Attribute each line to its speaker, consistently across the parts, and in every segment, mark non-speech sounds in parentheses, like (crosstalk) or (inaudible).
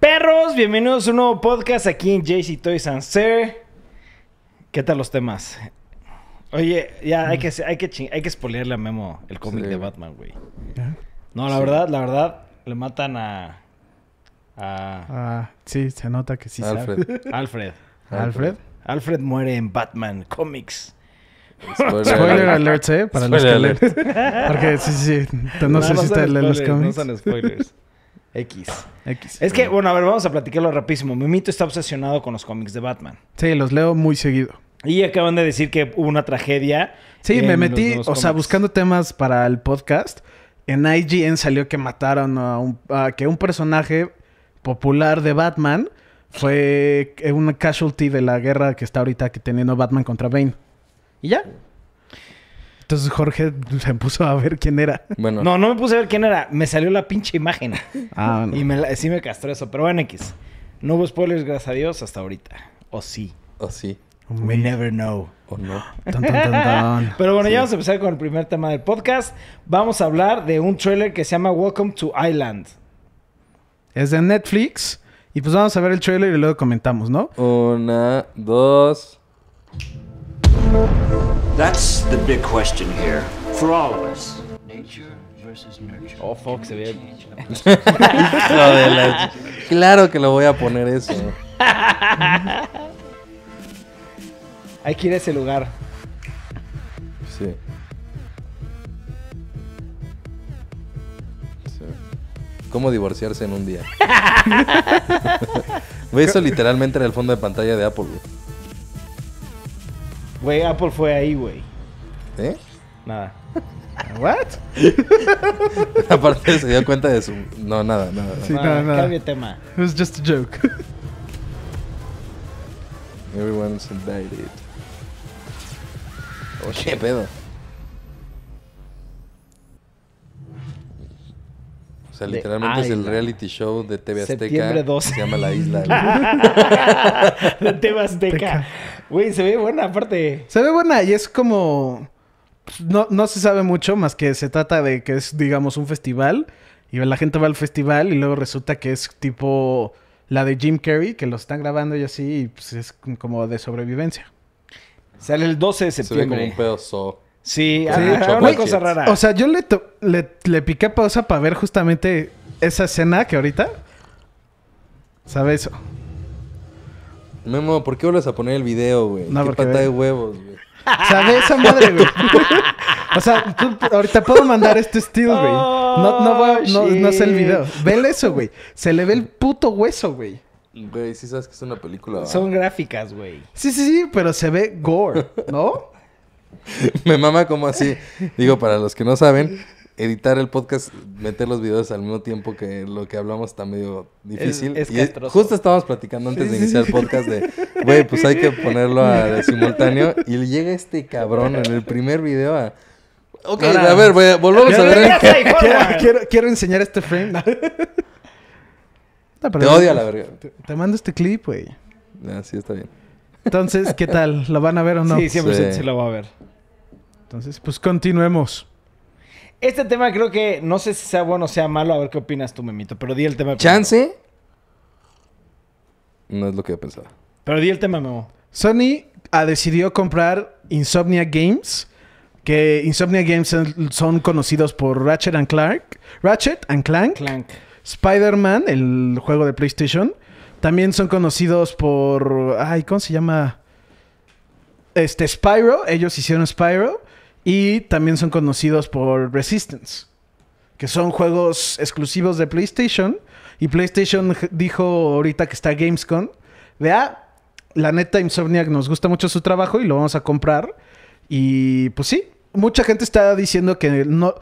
Speaker 1: perros? Bienvenidos a un nuevo podcast aquí en JC Toys and Sir. ¿Qué tal los temas? Oye, ya hay que, hay que, ching- hay que spoilearle a Memo el cómic
Speaker 2: Sí.
Speaker 1: de Batman, güey. No, la verdad, la verdad, le matan a. a
Speaker 3: Ah, sí, se nota que sí sabe.
Speaker 2: Alfred.
Speaker 1: Alfred.
Speaker 3: Alfred.
Speaker 1: Alfred muere en Batman Comics.
Speaker 3: Spoiler alert, ¿eh? Para los que
Speaker 2: Spoiler
Speaker 3: leen.
Speaker 2: alert.
Speaker 3: Porque sí, sí, sí. No, sé si te
Speaker 1: son
Speaker 3: leen los
Speaker 1: spoilers,
Speaker 3: cómics.
Speaker 1: No son
Speaker 3: (laughs)
Speaker 1: spoilers. X.
Speaker 3: X.
Speaker 1: Es que, bueno, a ver, vamos a platicarlo rapidísimo. Memito está obsesionado con los cómics de Batman.
Speaker 3: Sí, los leo muy seguido.
Speaker 1: Y acaban de decir que hubo una tragedia.
Speaker 3: Sí,
Speaker 1: en
Speaker 3: me
Speaker 1: los
Speaker 3: metí, o
Speaker 1: nuevos
Speaker 3: sea,
Speaker 1: cómics.
Speaker 3: buscando temas para el podcast. En IGN salió que mataron a, un, a que un personaje popular de Batman fue una casualty de la guerra que está ahorita que teniendo Batman contra Bane. Y ya. Entonces Jorge se puso a ver quién era.
Speaker 2: (laughs) Bueno,
Speaker 1: No, no me puse a ver quién era. Me salió la pinche imagen.
Speaker 3: Ah,
Speaker 1: Y me la- sí me castró eso. Pero bueno, X. No hubo spoilers, gracias a Dios, hasta ahorita. O sí.
Speaker 2: o sí,
Speaker 1: We never know.
Speaker 2: o no.
Speaker 3: Tan, tan,
Speaker 1: (laughs)
Speaker 3: tan, tan.
Speaker 1: Pero bueno, ya vamos a empezar con el primer tema del podcast. Vamos a hablar de un trailer que se llama Welcome to Island.
Speaker 3: Es de Netflix. Y pues vamos a ver el trailer y luego comentamos, ¿no?
Speaker 2: Una, dos.
Speaker 4: That's the big question here for all of us.
Speaker 1: Oh, fuck, se ve.
Speaker 2: Hijo de la- Claro que lo voy a poner eso.
Speaker 1: Hay que ir a ese lugar.
Speaker 2: Sí. Sí. ¿Cómo divorciarse en
Speaker 3: (laughs)
Speaker 2: un día? Ve eso literalmente en el fondo de pantalla de Apple, güey.
Speaker 1: Güey, Apple fue ahí, güey.
Speaker 2: ¿Eh? (laughs)
Speaker 1: Nada.
Speaker 3: ¿What?
Speaker 2: Aparte se dio cuenta de su... No, nada, nada. nada.
Speaker 3: Sí,
Speaker 1: Nada,
Speaker 3: nada, nada.
Speaker 1: Cambio de tema. (laughs)
Speaker 3: It was just a joke.
Speaker 2: Everyone's invited. Oye, ¿qué pedo? O sea,
Speaker 1: The
Speaker 2: literalmente es el
Speaker 1: Island.
Speaker 2: reality show de TV Azteca.
Speaker 1: Septiembre 12.
Speaker 2: que Se llama La Isla. güey.
Speaker 1: (laughs) La tema azteca. Güey, se ve buena aparte.
Speaker 3: (laughs) Se ve buena y es como... pues, No, no se sabe mucho más que se trata de que es, digamos, un festival. Y la gente va al festival y luego resulta que es tipo la de Jim Carrey, que lo están grabando y así, y pues es como de sobrevivencia.
Speaker 1: Sale el 12 de
Speaker 2: Se ve como un
Speaker 1: septiembre.
Speaker 2: pedo zoo.
Speaker 1: Sí,
Speaker 2: Con
Speaker 1: ah,
Speaker 2: mucho
Speaker 1: una
Speaker 2: budget.
Speaker 1: cosa rara.
Speaker 3: O sea, yo le, to- le, le piqué pausa para ver justamente esa escena que ahorita... ¿Sabe eso?
Speaker 2: Memo, ¿por qué vuelves a poner el video, güey?
Speaker 3: No,
Speaker 2: qué
Speaker 3: porque
Speaker 2: pata
Speaker 3: ve-
Speaker 2: de huevos, güey.
Speaker 3: O sea, ve esa madre, güey. O sea, tú ahorita puedo mandar este still, güey. No, no,
Speaker 1: Oh,
Speaker 3: va- no, no sé el video. Vele eso, güey. Se le ve el puto hueso, güey.
Speaker 2: Güey, sí sabes que es una película. ¿verdad?
Speaker 1: Son gráficas, güey.
Speaker 3: Sí, sí, sí, pero se ve gore,
Speaker 1: (laughs)
Speaker 3: ¿no?
Speaker 2: (laughs) Me mama como así. Digo, para los que no saben, editar el podcast, meter los videos al mismo tiempo que lo que hablamos está medio difícil.
Speaker 1: Es- es
Speaker 2: Y es-
Speaker 1: castroso.
Speaker 2: justo estábamos platicando antes de iniciar el podcast de, güey, pues hay
Speaker 1: (laughs)
Speaker 2: que ponerlo a, de simultáneo. Y llega este cabrón en el primer video a... Ok,
Speaker 3: Ahora-
Speaker 2: a ver, güey, volvamos a ver.
Speaker 1: Regresa y
Speaker 3: (laughs) Quiero,
Speaker 1: forward.
Speaker 3: quiero, quiero enseñar este
Speaker 1: (laughs)
Speaker 3: frame. No. No, pero-
Speaker 2: Te odio a la verga.
Speaker 3: Te, te mando este clip, güey.
Speaker 2: Ah, sí, está bien.
Speaker 3: Entonces, ¿qué tal? ¿Lo van a ver o no?
Speaker 1: Sí, siempre se
Speaker 2: Sí.
Speaker 1: lo va a ver.
Speaker 3: Entonces, pues continuemos.
Speaker 1: Este tema creo que no sé si sea bueno o sea malo, a ver qué opinas tú, Memito, pero di el tema.
Speaker 2: ¿Chance? No es lo que yo pensaba.
Speaker 1: primero. Pero di el tema, Memo.
Speaker 3: Sony ah, decidió comprar Insomnia Games, que Insomnia Games son- son conocidos por Ratchet and Clank, Ratchet and Clank,
Speaker 1: Clank.
Speaker 3: Spider-Man, el juego de PlayStation. También son conocidos por ay, ¿cómo se llama? Este Spyro, ellos hicieron Spyro y también son conocidos por Resistance, que son juegos exclusivos de PlayStation y PlayStation j- dijo ahorita que está Gamescom, vea, la neta Insomniac nos gusta mucho su trabajo y lo vamos a comprar. Y pues sí, mucha gente está diciendo que no,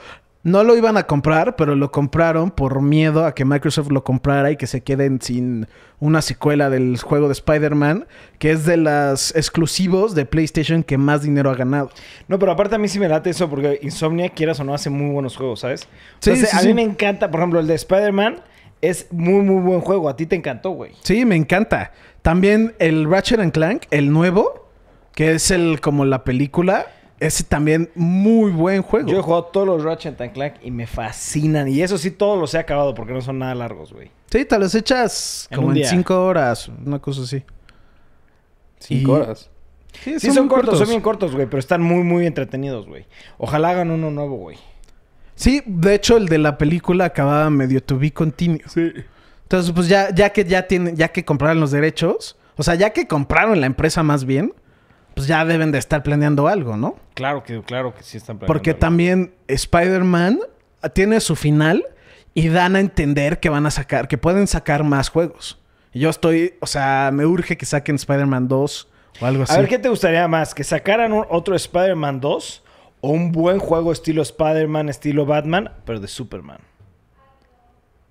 Speaker 3: no lo iban a comprar, pero lo compraron por miedo a que Microsoft lo comprara y que se queden sin una secuela del juego de Spider-Man, que es de las exclusivos de PlayStation que más dinero ha ganado.
Speaker 1: No, pero aparte a mí sí me late eso porque Insomnia, quieras o no, hace muy buenos juegos, ¿sabes?
Speaker 3: Sí,
Speaker 1: Entonces,
Speaker 3: sí,
Speaker 1: a
Speaker 3: sí.
Speaker 1: mí me encanta, por ejemplo, el de Spider-Man es muy, muy buen juego. A ti te encantó, güey.
Speaker 3: Sí, me encanta. También el Ratchet and Clank, el nuevo, que es el como la película, ese también muy buen juego.
Speaker 1: Yo he jugado todos los Ratchet and Clank y me fascinan. Y eso sí, todos los he acabado porque no son nada largos, güey.
Speaker 3: Sí, te los echas
Speaker 1: En
Speaker 3: como
Speaker 1: un
Speaker 3: en
Speaker 1: día.
Speaker 3: 5 horas, una cosa así.
Speaker 2: Cinco
Speaker 3: Y-
Speaker 2: horas.
Speaker 3: Sí,
Speaker 1: Sí, son, cortos, son bien cortos, güey, pero están muy, muy entretenidos, güey. Ojalá hagan uno nuevo, güey.
Speaker 3: Sí, de hecho, el de la película acababa medio to be continuo.
Speaker 1: Sí.
Speaker 3: Entonces, pues ya, ya que ya tienen, ya que compraron los derechos, o sea, ya que compraron la empresa más bien, pues ya deben de estar planeando algo, ¿no?
Speaker 1: Claro que, claro que sí están planeando
Speaker 3: Porque
Speaker 1: algo.
Speaker 3: también Spider-Man tiene su final y dan a entender que van a sacar, que pueden sacar más juegos. Y Yo estoy, o sea, me urge que saquen Spider-Man 2 o algo así.
Speaker 1: A ver, ¿qué te gustaría más? ¿Que sacaran un- otro Spider-Man 2 o un buen juego estilo Spider-Man, estilo Batman, pero de Superman?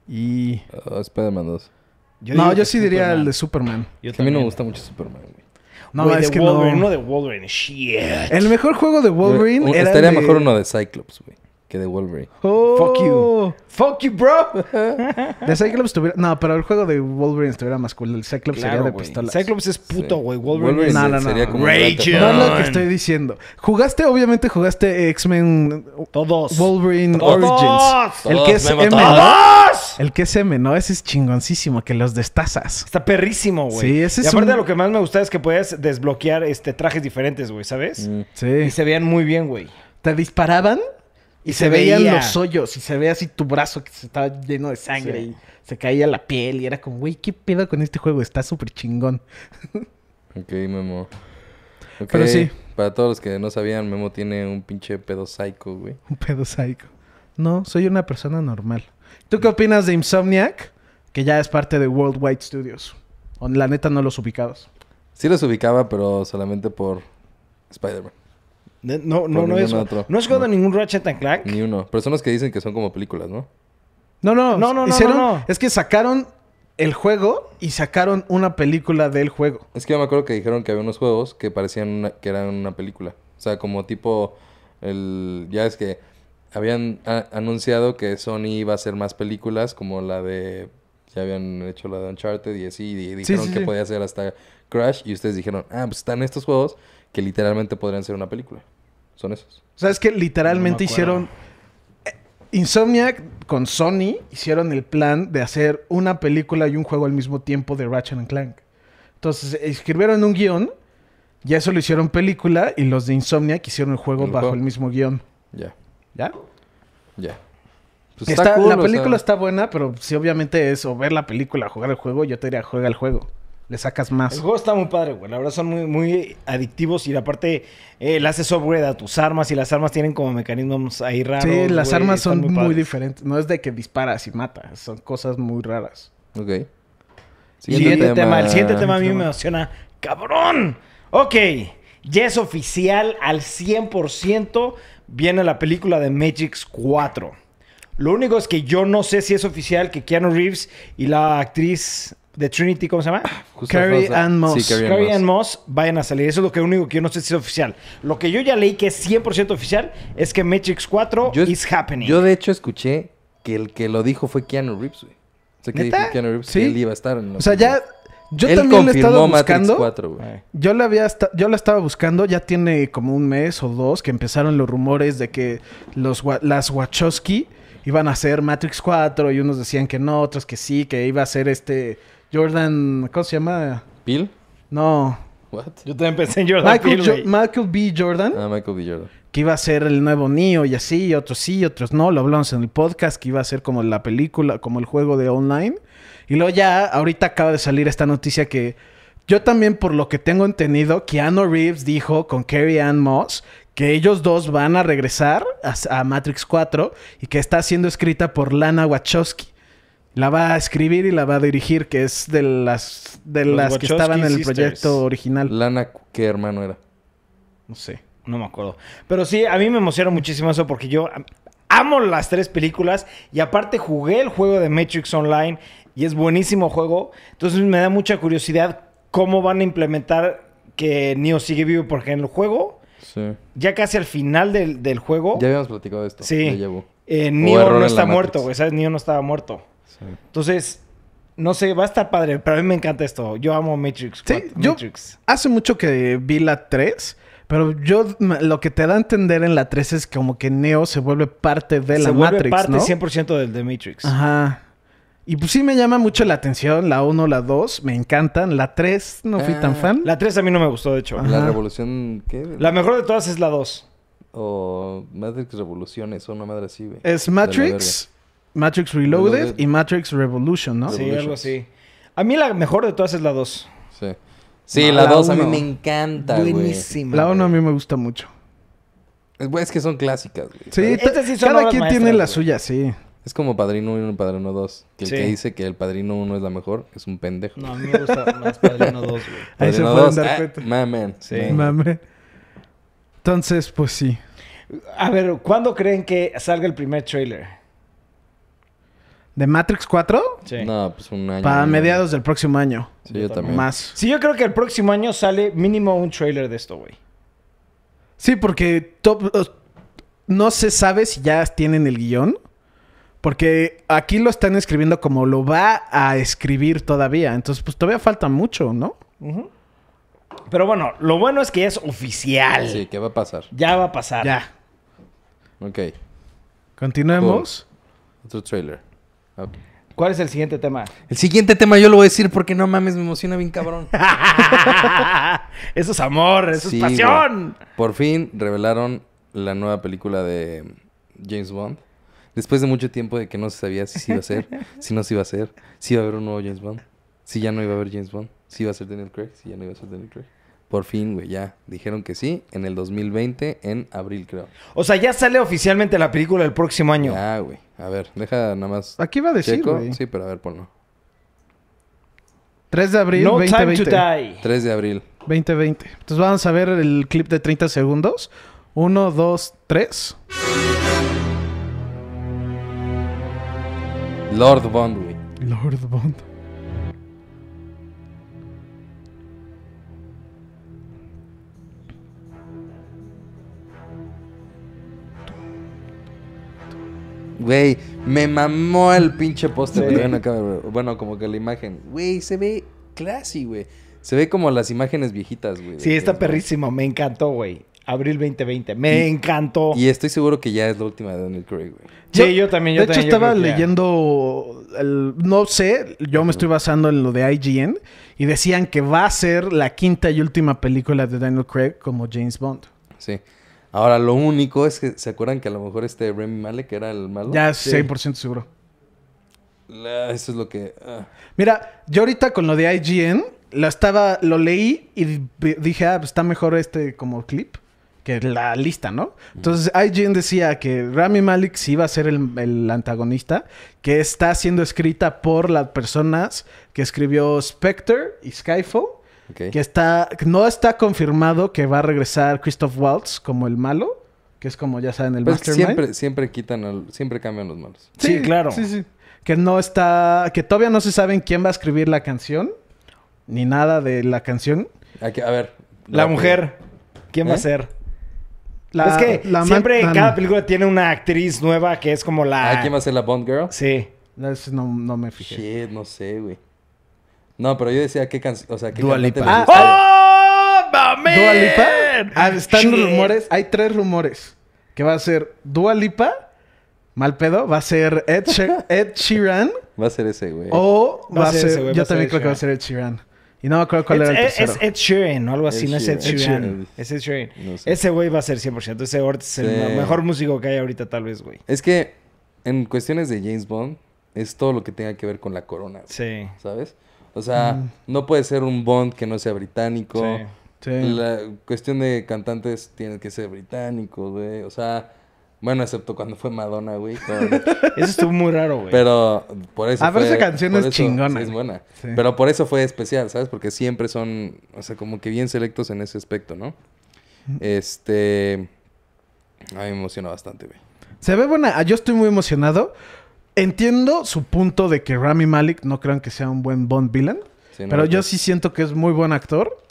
Speaker 3: Y...
Speaker 2: Ah, Spider-Man 2.
Speaker 3: no,
Speaker 1: digo
Speaker 3: yo
Speaker 1: que
Speaker 3: sí diría
Speaker 1: Superman.
Speaker 3: el de Superman.
Speaker 1: Yo
Speaker 2: a mí no
Speaker 1: también.
Speaker 2: me gusta mucho Superman, güey.
Speaker 3: No,
Speaker 1: Güey,
Speaker 3: es
Speaker 1: de
Speaker 3: que
Speaker 1: Wolverine,
Speaker 3: no.
Speaker 1: uno de Wolverine. Shit.
Speaker 3: El mejor juego de Wolverine
Speaker 2: Un-
Speaker 3: era el
Speaker 2: Estaría
Speaker 3: de-
Speaker 2: mejor uno de Cyclops, güey, que de Wolverine.
Speaker 3: Oh,
Speaker 1: Fuck you. Fuck you, bro.
Speaker 3: De Cyclops tuviera... No, pero el juego de Wolverine estuviera más cool. El Cyclops sería de
Speaker 1: güey.
Speaker 3: pistolas.
Speaker 1: pues, Cyclops es puto,
Speaker 2: Sí.
Speaker 1: güey. Wolverine,
Speaker 2: Wolverine
Speaker 1: es-
Speaker 3: No,
Speaker 2: se-
Speaker 3: no, no.
Speaker 2: sería como
Speaker 1: Rage
Speaker 2: Ratchet.
Speaker 3: No es lo
Speaker 1: Man.
Speaker 3: que estoy diciendo. Jugaste, obviamente jugaste X-Men
Speaker 1: Todos.
Speaker 3: Wolverine
Speaker 1: Todos.
Speaker 3: Origins.
Speaker 2: Todos,
Speaker 3: el que es
Speaker 2: Memo,
Speaker 3: M,
Speaker 2: todos.
Speaker 3: ¿no?
Speaker 1: ¡Todos!
Speaker 3: El que es M, ¿no? Ese es chingoncísimo, que los destazas.
Speaker 1: Está perrísimo, güey.
Speaker 3: Sí, ese
Speaker 1: y
Speaker 3: es
Speaker 1: aparte
Speaker 3: un-
Speaker 1: lo que más me gusta es que podías desbloquear este, trajes diferentes, güey, ¿sabes?
Speaker 2: Mm.
Speaker 3: Sí.
Speaker 1: Y se veían muy bien, güey.
Speaker 3: Te disparaban y,
Speaker 1: Y
Speaker 3: se,
Speaker 1: se
Speaker 3: veían
Speaker 1: veía.
Speaker 3: los hoyos y se veía así tu brazo que se estaba lleno de sangre
Speaker 1: Sí.
Speaker 3: y se caía la piel y era como, güey, ¿qué pedo con este juego? Está súper chingón.
Speaker 2: Ok, Memo. Ok,
Speaker 3: Pero sí.
Speaker 2: Para todos los que no sabían, Memo tiene un pinche pedo psycho, güey.
Speaker 3: (laughs) Un pedo psycho. No, soy una persona normal. ¿Tú qué opinas de Insomniac? Que ya es parte de Worldwide Studios. O la neta no los ubicados.
Speaker 2: Sí los ubicaba, pero solamente por Spider-Man.
Speaker 1: Ne- No, no,
Speaker 2: Por
Speaker 1: no
Speaker 2: ningún
Speaker 1: es.
Speaker 2: otro.
Speaker 1: No he jugado
Speaker 2: No.
Speaker 1: ningún Ratchet and Clank.
Speaker 2: Ni uno. Personas que dicen que son como películas, ¿no?
Speaker 3: No, no,
Speaker 1: No, no, no,
Speaker 3: hicieron,
Speaker 1: no, no.
Speaker 3: Es que sacaron el juego y sacaron una película del juego.
Speaker 2: Es que yo me acuerdo que dijeron que había unos juegos que parecían una- que eran una película. O sea, como tipo el ya es que habían a- anunciado que Sony iba a hacer más películas como la de ya habían hecho la de Uncharted y así y dijeron
Speaker 3: sí,
Speaker 2: que
Speaker 3: sí.
Speaker 2: podía hacer hasta Crash y ustedes dijeron, "Ah, pues están estos juegos que literalmente podrían ser una película." Son esos.
Speaker 3: O sea, es que literalmente
Speaker 1: No me acuerdo.
Speaker 3: hicieron... eh, Insomniac con Sony hicieron el plan de hacer una película y un juego al mismo tiempo de Ratchet and Clank. Entonces eh, escribieron un guión, ya eso lo hicieron película y los de Insomniac hicieron el juego
Speaker 2: El
Speaker 3: bajo
Speaker 2: juego.
Speaker 3: el mismo guión.
Speaker 2: Ya,
Speaker 3: ¿Ya?
Speaker 2: ya. Pues
Speaker 3: Está-
Speaker 2: cool,
Speaker 3: la
Speaker 2: o sea,
Speaker 3: película está buena, pero si obviamente es o ver la película, jugar el juego, yo te diría, juega el juego. Le sacas
Speaker 1: El
Speaker 3: más.
Speaker 1: juego está muy padre, güey. La verdad son muy, muy adictivos y aparte eh, le haces upgrade a tus armas y las armas tienen como mecanismos ahí raros.
Speaker 3: sí, las
Speaker 1: güey,
Speaker 3: armas
Speaker 1: están
Speaker 3: son muy,
Speaker 1: padres.
Speaker 3: diferentes. No es de que disparas y matas, son cosas muy raras.
Speaker 2: Ok.
Speaker 1: Siguiente tema. el siguiente tema a mí me emociona. ¡Cabrón! Ok, ya es oficial al 100%. Viene la película de Matrix 4. Lo único es que yo no sé si es oficial que Keanu Reeves y la actriz de Trinity, ¿cómo se llama?
Speaker 2: Justo
Speaker 3: Carrie
Speaker 2: estamos-
Speaker 3: Ann Moss.
Speaker 2: Sí, Carrie Ann
Speaker 1: Carrie Ann
Speaker 2: Moss.
Speaker 1: Moss vayan a salir. Eso es lo que único que yo no sé si es oficial. Lo que yo ya leí que es 100% oficial es que Matrix 4
Speaker 2: Yo-
Speaker 1: is happening.
Speaker 2: Yo de hecho escuché que el que lo dijo fue Keanu Reeves, güey. O sea, que
Speaker 3: ¿Neta?
Speaker 2: dijo Keanu Reeves
Speaker 3: Sí.
Speaker 2: que él iba a estar en la
Speaker 3: O sea, ya.
Speaker 2: película.
Speaker 3: Yo
Speaker 2: Él
Speaker 3: también lo he estado
Speaker 2: confirmó Matrix
Speaker 3: buscando.
Speaker 2: 4, güey.
Speaker 1: Ay.
Speaker 3: Yo la había esta- yo la estaba buscando, ya tiene como un mes o dos que empezaron los rumores de que los Wa- las Wachowski iban a hacer Matrix 4 y unos decían que no, otros que sí, que iba a ser este Jordan, ¿cómo se llama?
Speaker 2: ¿Bill?
Speaker 3: No,
Speaker 2: What?
Speaker 1: Yo también pensé en Jordan
Speaker 3: Michael,
Speaker 1: Peele,
Speaker 3: Jo-
Speaker 1: güey.
Speaker 3: Michael B. Jordan,
Speaker 2: Ah, Michael B. Jordan.
Speaker 3: que iba a ser el nuevo Neo y así, y otros sí, y otros no, lo hablamos en el podcast, que iba a ser como la película, como el juego de online. Y luego ya, ahorita acaba de salir esta noticia que yo también, por lo que tengo entendido, Keanu Reeves dijo con Carrie Ann Moss que ellos dos van a regresar a, a Matrix 4 y que está siendo escrita por Lana Wachowski. La va a escribir y la va a dirigir, que es de las, de
Speaker 1: Los
Speaker 3: las que estaban en el
Speaker 1: Wachowski sisters.
Speaker 3: proyecto original.
Speaker 2: Lana, ¿qué hermano era?
Speaker 3: No sé.
Speaker 1: No me acuerdo. Pero sí, a mí me emociona muchísimo eso porque yo am- amo las tres películas y aparte jugué el juego de Matrix Online y es buenísimo juego. Entonces me da mucha curiosidad cómo van a implementar que Neo sigue vivo porque en el juego,
Speaker 2: Sí.
Speaker 1: ya casi al final del, del juego,
Speaker 2: ¿Oh? Ya habíamos platicado de esto.
Speaker 1: Sí.
Speaker 2: De Deja vu.
Speaker 1: eh,
Speaker 2: O
Speaker 1: Neo
Speaker 2: error en
Speaker 1: no
Speaker 2: la
Speaker 1: está
Speaker 2: Matrix.
Speaker 1: muerto, güey. ¿Sabes? Neo no estaba muerto.
Speaker 2: Sí.
Speaker 1: Entonces, no sé, va a estar padre, pero a mí me encanta esto. Yo amo Matrix.
Speaker 3: Sí,
Speaker 1: cuatro-
Speaker 3: yo
Speaker 1: Matrix.
Speaker 3: hace mucho que vi la 3, pero yo m- lo que te da a entender en la 3 es como que Neo se vuelve parte de la
Speaker 1: Se vuelve
Speaker 3: Matrix,
Speaker 1: parte
Speaker 3: ¿no?
Speaker 1: 100% del de Matrix.
Speaker 3: Ajá. Y pues sí me llama mucho la atención. La 1, la 2, me encantan. La 3, no fui tan
Speaker 2: Ah.
Speaker 3: fan.
Speaker 1: La 3 a mí no me gustó, de hecho.
Speaker 3: Ajá.
Speaker 2: La revolución, ¿qué?
Speaker 1: La mejor de todas es la 2.
Speaker 2: O Matrix Revoluciones, o una madre así, güey.
Speaker 3: Es Matrix, Matrix Reloaded,
Speaker 2: Reloaded.
Speaker 3: y Matrix Revolution, ¿no?
Speaker 1: Sí,
Speaker 2: Revolutions.
Speaker 1: algo así. A mí la mejor de todas es la 2.
Speaker 2: Sí. Sí,
Speaker 3: No,
Speaker 2: la
Speaker 3: la
Speaker 2: 2 a mí
Speaker 3: uno.
Speaker 2: me encanta, güey.
Speaker 1: Buenísima.
Speaker 3: La 1 a mí me gusta mucho.
Speaker 2: Es, güey, es que son clásicas, güey.
Speaker 3: Sí,
Speaker 1: Estas
Speaker 3: ta-
Speaker 1: sí son
Speaker 3: cada
Speaker 1: obras
Speaker 3: quien
Speaker 1: maestras,
Speaker 3: tiene la
Speaker 1: güey.
Speaker 3: suya, sí.
Speaker 2: Es como Padrino 1 y Padrino 2. Que el
Speaker 1: Sí.
Speaker 2: que dice que el Padrino 1 es la mejor es un pendejo.
Speaker 1: No, a mí me gusta más Padrino 2, güey.
Speaker 3: Ahí se
Speaker 2: Padrino
Speaker 3: pueden
Speaker 2: 2,
Speaker 3: dar
Speaker 2: ah,
Speaker 3: cuenta.
Speaker 2: my man.
Speaker 1: Sí.
Speaker 2: My man.
Speaker 3: Mame. Entonces, pues sí.
Speaker 1: A ver, ¿cuándo creen que salga el primer trailer?
Speaker 3: ¿De Matrix 4?
Speaker 1: Sí.
Speaker 2: No, pues un año.
Speaker 3: Para
Speaker 2: ¿no?
Speaker 3: mediados del próximo año.
Speaker 2: Sí, yo también.
Speaker 3: Más.
Speaker 1: Sí, yo creo que el próximo año sale mínimo un trailer de esto, güey.
Speaker 3: Sí, porque top- os- no se sabe si ya tienen el guión. Porque aquí lo están escribiendo como lo va a escribir todavía. Entonces, pues todavía falta mucho, ¿no?
Speaker 1: Pero bueno, lo bueno es que ya es oficial.
Speaker 2: Sí, ¿qué va a pasar?
Speaker 1: Ya va a pasar.
Speaker 3: Ya.
Speaker 2: Ok.
Speaker 3: Continuemos.
Speaker 2: Otro trailer. Ah.
Speaker 1: ¿Cuál es el siguiente tema?
Speaker 3: (laughs)
Speaker 2: El siguiente tema yo lo voy a decir porque no mames, me emociona bien cabrón.
Speaker 1: eso es amor, eso
Speaker 2: Sí,
Speaker 1: es pasión.
Speaker 2: güey. Por fin revelaron la nueva película de James Bond. Después de mucho tiempo de que no se sabía si se iba
Speaker 3: (laughs)
Speaker 2: a ser, si no se iba a ser, si iba a haber un nuevo James Bond, si ya no iba a haber James Bond, si iba a ser Daniel Craig, si ya no iba a ser Daniel Craig. Por fin, güey, ya. Dijeron que sí en el 2020, en abril, creo.
Speaker 1: O sea, ya sale oficialmente la película el próximo año.
Speaker 2: Ya, güey. A ver, deja nada más.
Speaker 3: Aquí va a decir,
Speaker 2: checo.
Speaker 3: güey.
Speaker 2: Sí, pero a ver, ponlo.
Speaker 3: 3 de abril,
Speaker 1: no time
Speaker 3: 2020.
Speaker 1: to die.
Speaker 2: 3 de abril.
Speaker 3: 2020. Entonces vamos a ver el clip de 30 segundos. 1, 2, 3.
Speaker 2: Lord Bond, güey.
Speaker 3: Lord Bond.
Speaker 2: Güey, me mamó el pinche póster.
Speaker 1: Sí.
Speaker 2: que ven acá, güey. Bueno, como que la imagen. Güey, se ve classy, güey. Se ve como las imágenes viejitas, güey.
Speaker 1: Sí,
Speaker 2: de
Speaker 1: está
Speaker 2: James Bond.
Speaker 1: perrísimo. Me encantó, güey. Abril 2020. Me
Speaker 2: Y-
Speaker 1: encantó.
Speaker 2: Y estoy seguro que ya es la última de Daniel Craig, güey.
Speaker 1: Sí, yo también, yo
Speaker 3: de hecho,
Speaker 1: también, yo
Speaker 3: estaba
Speaker 1: creo que ya.
Speaker 3: leyendo. el- no sé, yo me estoy basando en lo de IGN. Y decían que va a ser la quinta y última película de Daniel Craig como James Bond.
Speaker 2: Sí. Ahora, lo único es que, ¿se acuerdan que a lo mejor este Remy Malek era el malo?
Speaker 3: Ya
Speaker 1: Oh, Sí.
Speaker 3: 100% seguro.
Speaker 2: La- eso es lo que... ah.
Speaker 3: Mira, yo ahorita con lo de IGN, lo estaba, lo leí y di- dije, ah, pues está mejor este como clip que la lista, ¿no? Entonces IGN decía que Rami Malik sí iba a ser el, el antagonista, que está siendo escrita por las personas que escribió Spectre y Skyfall,
Speaker 2: Ok.
Speaker 3: que está, no está confirmado que va a regresar Christoph Waltz como el malo, que es como ya saben el
Speaker 2: Pero es que
Speaker 3: mastermind.
Speaker 2: Pues siempre, siempre quitan, al- siempre cambian los malos.
Speaker 1: Sí, claro.
Speaker 3: Sí, sí. Que no está. Que todavía no se saben quién va a escribir la canción. Ni nada de la canción.
Speaker 2: Aquí, a ver.
Speaker 1: La
Speaker 2: rápido.
Speaker 1: mujer. ¿Quién va a
Speaker 2: ¿Eh?
Speaker 1: ser?
Speaker 3: La-
Speaker 1: es que
Speaker 3: la man-
Speaker 1: siempre en
Speaker 3: ah,
Speaker 1: cada
Speaker 3: no.
Speaker 1: película tiene una actriz nueva que es como la...
Speaker 2: Ah, ¿quién va a ser la Bond Girl?
Speaker 1: Sí.
Speaker 3: No, eso no, no me fijé.
Speaker 2: Shit, no sé, güey. No, pero yo decía qué canción, o sea, qué
Speaker 3: Dua
Speaker 2: cantante
Speaker 3: Lipa.
Speaker 2: les
Speaker 3: Ah,
Speaker 2: gustaría.
Speaker 1: ¡Oh, mamen!
Speaker 3: ¿Dua Lipa? Ah, están
Speaker 1: Shit.
Speaker 3: rumores. Hay tres rumores. Que va a ser Dua Lipa. Mal pedo. Va a ser Ed, She-
Speaker 1: (laughs)
Speaker 3: Ed Sheeran.
Speaker 2: Va a ser ese, güey.
Speaker 3: o
Speaker 1: Va
Speaker 3: va
Speaker 1: a
Speaker 3: a
Speaker 1: ser
Speaker 3: ser.
Speaker 1: ese, güey, va
Speaker 3: yo
Speaker 1: a ser
Speaker 3: también
Speaker 1: Ed
Speaker 3: creo que va a ser Ed Sheeran. Y no me acuerdo cuál
Speaker 1: Es-
Speaker 3: era el
Speaker 1: es,
Speaker 3: tercero.
Speaker 1: es Ed Sheeran o algo así,
Speaker 2: Ed
Speaker 1: no es Ed
Speaker 2: Sheeran. Ed
Speaker 1: Sheeran.
Speaker 2: Sheeran.
Speaker 1: Es Ed Sheeran.
Speaker 2: No sé.
Speaker 1: Ese güey va a ser 100%. Ese ahorita es el
Speaker 2: Sí.
Speaker 1: mejor músico que hay ahorita, tal vez, güey.
Speaker 2: Es que en cuestiones de James Bond es todo lo que tenga que ver con la corona, güey,
Speaker 1: Sí.
Speaker 2: ¿sabes? O sea,
Speaker 3: Mm.
Speaker 2: no puede ser un Bond que no sea británico.
Speaker 1: Sí.
Speaker 3: Sí.
Speaker 2: La cuestión de cantantes tiene que ser británico, güey. O sea, bueno, excepto cuando fue Madonna,
Speaker 3: (laughs)
Speaker 2: güey. con-
Speaker 1: Eso estuvo muy raro, güey.
Speaker 2: Pero por eso.
Speaker 3: Ah, pero
Speaker 2: fue-
Speaker 3: esa canción
Speaker 2: por
Speaker 3: es
Speaker 2: eso-
Speaker 3: chingona,
Speaker 2: sí, es
Speaker 3: güey.
Speaker 2: buena.
Speaker 3: Sí.
Speaker 2: Pero por eso fue especial, ¿sabes? Porque siempre son, o sea, como que bien selectos en ese aspecto, ¿no?
Speaker 3: Mm.
Speaker 2: Este. A mí me emociona bastante, güey.
Speaker 3: Se ve buena. Ah, Yo estoy muy emocionado. Entiendo su punto de que Rami Malik no crean que sea un buen Bond villain.
Speaker 2: Sí, no,
Speaker 3: pero
Speaker 2: no,
Speaker 3: yo
Speaker 2: no.
Speaker 3: sí siento que es muy buen actor.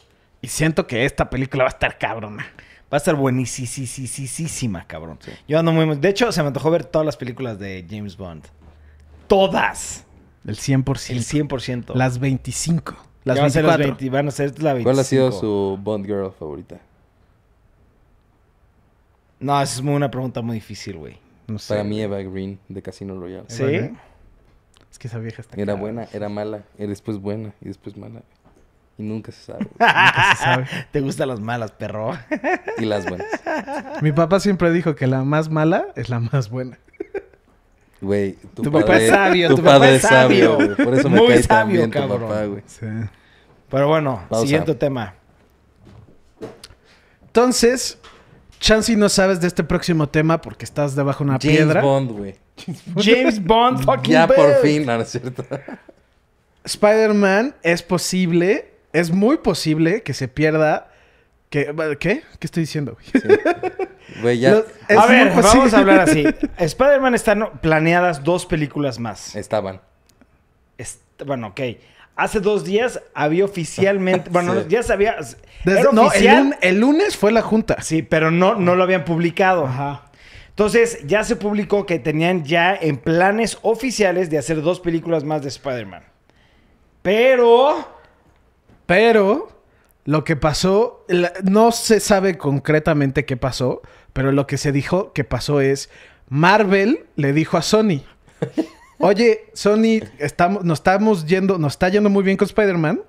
Speaker 3: Y siento que esta película va a estar cabrona.
Speaker 1: Va a estar buenísima, cabrón. Yo ando muy... De hecho, se me antojó ver todas las películas de James Bond. Todas.
Speaker 3: El 100%.
Speaker 1: El 100%.
Speaker 3: Las 25. Las
Speaker 1: Ya van a ser
Speaker 3: 24.
Speaker 1: las 20 van a ser la 25.
Speaker 2: ¿Cuál ha sido su Bond Girl favorita?
Speaker 1: No, esa es muy- una pregunta muy difícil, güey.
Speaker 3: No sé.
Speaker 2: Para mí, Eva Green de Casino Royale.
Speaker 1: ¿Sí?
Speaker 3: Vale. Es que esa vieja está.
Speaker 2: ¿eh? Era
Speaker 3: cagada.
Speaker 2: buena, era mala, y después buena, y después mala. Y nunca se sabe.
Speaker 3: Nunca se sabe.
Speaker 1: Te gustan las malas, perro. (laughs)
Speaker 2: y las buenas.
Speaker 3: Mi papá siempre dijo que la más mala es la más buena.
Speaker 2: Güey, tu,
Speaker 1: Tu
Speaker 2: padre,
Speaker 1: papá es sabio,
Speaker 2: Tu, padre, es sabio,
Speaker 1: sabio.
Speaker 2: güey. Por eso me
Speaker 1: Muy
Speaker 2: cae
Speaker 1: sabio,
Speaker 2: tan bien
Speaker 1: cabrón.
Speaker 2: tu papá, güey.
Speaker 3: Sí.
Speaker 1: Pero bueno,
Speaker 2: Pausa.
Speaker 1: siguiente tema.
Speaker 3: Entonces, Chansey no sabes de este próximo tema porque estás debajo de una
Speaker 2: James
Speaker 3: piedra.
Speaker 2: Bond, güey.
Speaker 1: James Bond fucking
Speaker 2: Ya por
Speaker 1: Bell.
Speaker 2: fin, no, no es cierto.
Speaker 3: Spider-Man es posible, es muy posible que se pierda. Que, ¿Qué? ¿Qué estoy diciendo? güey? (laughs)
Speaker 2: Güey, ya.
Speaker 3: Los- Es
Speaker 1: a ver,
Speaker 3: muy posible.
Speaker 1: vamos a hablar así. (laughs) Spider-Man están planeadas dos películas más.
Speaker 2: Estaban.
Speaker 1: Es- bueno, ok. Hace dos días había oficialmente. Bueno,
Speaker 2: Sí.
Speaker 1: ya sabía.
Speaker 3: Desde-
Speaker 1: era
Speaker 3: no, el,
Speaker 1: oficial.
Speaker 3: lun- el lunes fue la junta.
Speaker 1: Sí, pero no, no lo habían publicado. Entonces, ya se publicó que tenían ya en planes oficiales de hacer dos películas más de Spider-Man. Pero.
Speaker 3: Pero lo que pasó, la- no se sabe concretamente qué pasó, pero lo que se dijo que pasó es Marvel le dijo a Sony, (laughs) oye, Sony, estamos, nos estamos yendo, nos está yendo muy bien con Spider-Man.